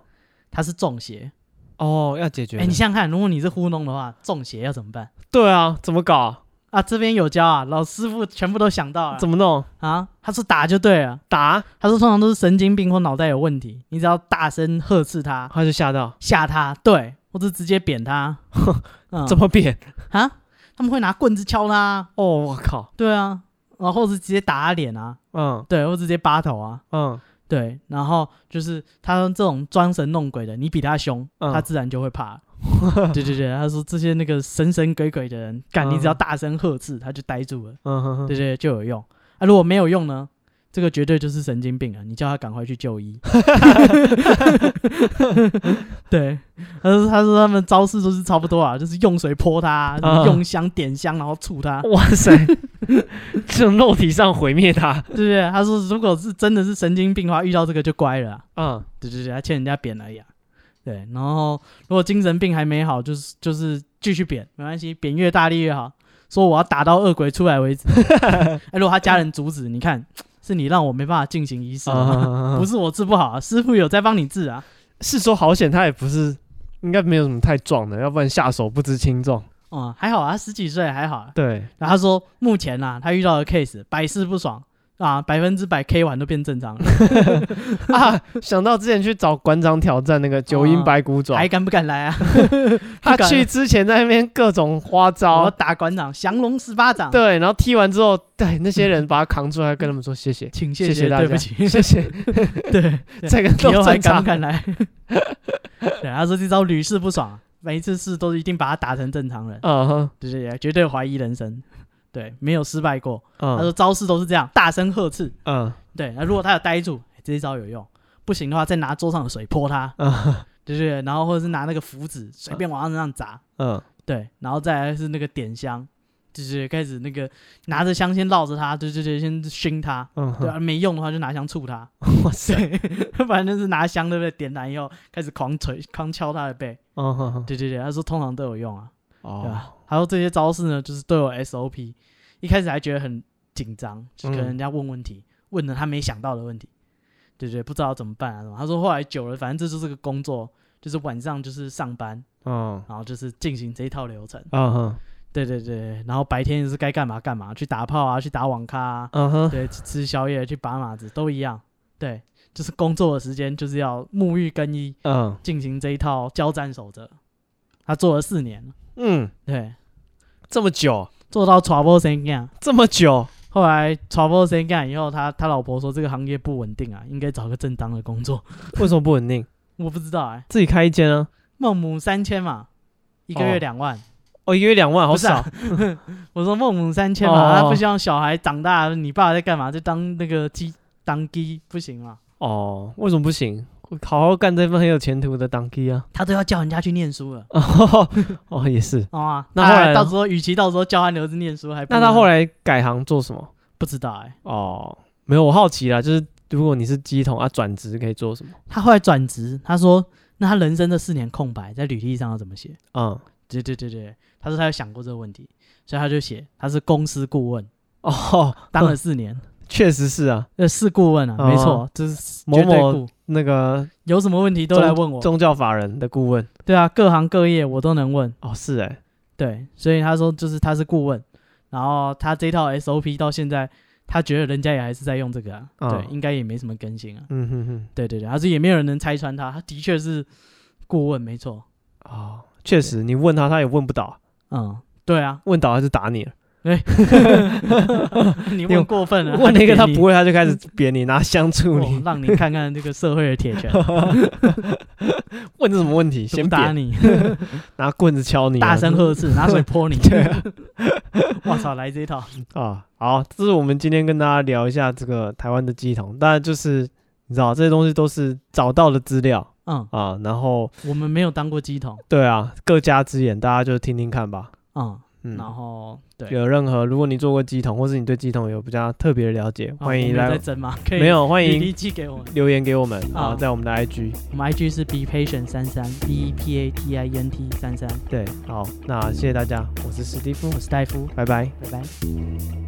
他是中邪。
哦，要解决
哎、
的。
你想想看，如果你是糊弄的话，中邪要怎么办？
对啊，怎么搞啊？
啊，这边有教啊，老师傅全部都想到了。
怎么弄？
啊？他说打就对了，
打
他说通常都是神经病或脑袋有问题，你只要大声呵斥他、
他就吓到，
吓他，对，或者直接扁他。 嗯
怎么变？
啊？他们会拿棍子敲他，
哦，我靠，
对啊，然后或是直接打他脸啊，
嗯
对，或直接扒头啊，
嗯
对，然后就是他这种装神弄鬼的，你比他凶，
嗯
他自然就会怕。 对对对，他说这些那个神神鬼鬼的人，干你只要
嗯
大声呵斥，他就呆住了。
嗯哼哼
对对，就有用。啊，如果没有用呢，这个绝对就是神经病啊！你叫他赶快去就医。 对，他说他说他们招式都是差不多啊，就是用水泼他，
啊
用香点香，然后触他。
哇塞，这种肉体上毁灭他，
对对对，他说如果是真的是神经病的话，遇到这个就乖了、啊。
嗯
对对对，他欠人家扁而已啊。对，然后如果精神病还没好，就是就是继续扁，没关系，扁越大力越好。说我要打到恶鬼出来 为止。哎，如果他家人阻止，你看是你让我没办法进行仪式啊、
啊，
不
是
是我治不好、啊，师傅有在帮你治啊。
是说好险，他也不是，应该没有什么太壮的，要不然下手不知轻重。
哦、还好啊，他十几岁还好、啊。
对，
然后他说，目前啊，他遇到的 case 百试不爽啊，百分之百 K 完都变正常了，
啊，想到之前去找馆长挑战那个九阴白骨爪
啊还，敢不敢来啊？
他
敢
去之前在那边各种花
我要
招，
打馆长降龙十八掌，
对，然后踢完之后，对那些人把他扛出来，跟他们说谢谢，
请
谢
谢
大
对
家，
不起，
谢谢，
对。
这 个
以后
都
还
正
敢
常
不。敢来？ 对，他说这招屡试不爽，每一次试都一定把他打成正常人，
嗯哼，
对对对，绝对怀疑人生，对，没有失败过。
嗯，
他说招式都是这样，大声呵斥，
嗯
对，那如果他有呆住，哎这一招有用，不行的话再拿桌上的水泼他，
嗯
对对对，然后或者是拿那个符纸随便往他身上砸，
嗯
对，然后再来是那个点香，就是开始那个拿着香先绕着他，对对对，先熏他，
嗯
对
哼，
啊，没用的话就拿香触他，
哇塞，
对， 反正就是拿香对不对？点燃以后开始狂捶、狂敲他的背。
嗯哼哼，
对对对，他说通常都有用啊，对
哦，
吧、还有这些招式呢，就是都有 SOP。一开始还觉得很紧张，就
嗯
是可能人家问问题，问了他没想到的问题，对对，不知道怎么办啊什么。他说后来久了，反正这就是个工作，就是晚上就是上班，
嗯
然后就是进行这一套流程。
嗯哼，
对对对，然后白天就是该干嘛干嘛，去打炮啊，去打网咖、啊，
嗯 哼，
对，去吃宵夜、去拔马子都一样。对，就是工作的时间就是要沐浴更衣，
嗯
进行这一套交战守则。他做了四年了，
嗯，
对，
这么久，
做到 trouble 生干。
这么久，
后来 trouble 生干以后，他他老婆说这个行业不稳定啊，应该找个正当的工作。
为什么不稳定？
我不知道哎、
自己开一间啊？
孟母三迁嘛，一个
哦
月两万，
哦，一个月两万，好
不是啊
少。
我说孟母三迁嘛，
哦
他不希望小孩长大，你爸在干嘛？就当那个鸡当鸡不行嘛？
哦，为什么不行？好好干这份很有前途的档期啊。
他都要叫人家去念书了，
哦，哦也是。
好吗？
那后来
哎
呢
到时候，与其到时候叫他留着念书，还不
那
如
他后来改行做什么？
不知道哎、
哦，没有，我好奇啦，就是如果你是机桶啊，转职可以做什么？
他后来转职，他说那他人生的四年空白在履历上要怎么写？
嗯，
对对对对，他说他有想过这个问题，所以他就写他是公司顾问，
哦，
当了四年，
确实是啊，
呃，是顾问啊，
哦
没错，这是
某
绝对
某
顾
那个
有什么问题都来问我，
宗教法人的顾问。
对啊，各行各业我都能问，
哦，是哎、
对，所以他说就是他是顾问，然后他这套 SOP 到现在，他觉得人家也还是在用这个啊，
哦
对，应该也没什么更新啊，
嗯哼哼，
对对对，他是也没有人能拆穿他，他的确是顾问，没错，
哦，确实，你问他，他也问不倒，
嗯，对 啊，
问倒他就打你了，
你
有
问过分了，
问了一个他不
会
会，他就开始扁你，拿香杵你，
哦让你看看这个社会的铁拳，
问这哦什么问题？
先
先
打
扁，
你，
拿棍子敲你啊，
大声呵斥，拿水泼你，
对 啊
我操，来这一套，
啊！好，这是我们今天跟大家聊一下这个台湾的鸡桶，当然就是你知道这些东西都是找到的资料
嗯，
啊，然后
我们没有当过鸡桶，
对啊，各家之言，大家就听听看吧。
嗯，
嗯，
然后对，
有任何如果你做过鸡桶，或是你对鸡桶有比较特别的了解，
啊
欢
我
迎
们有
来
在，争吗？可以，
没，有欢
你
迎
你寄给我们，
留言给我们啊，
啊
在我们的 IG。
我们 IG 是 be patient 三三 b e p a t i e n t 三三，
对，好，那谢谢大家，我是史蒂夫
我，是戴夫，
拜拜。
拜拜。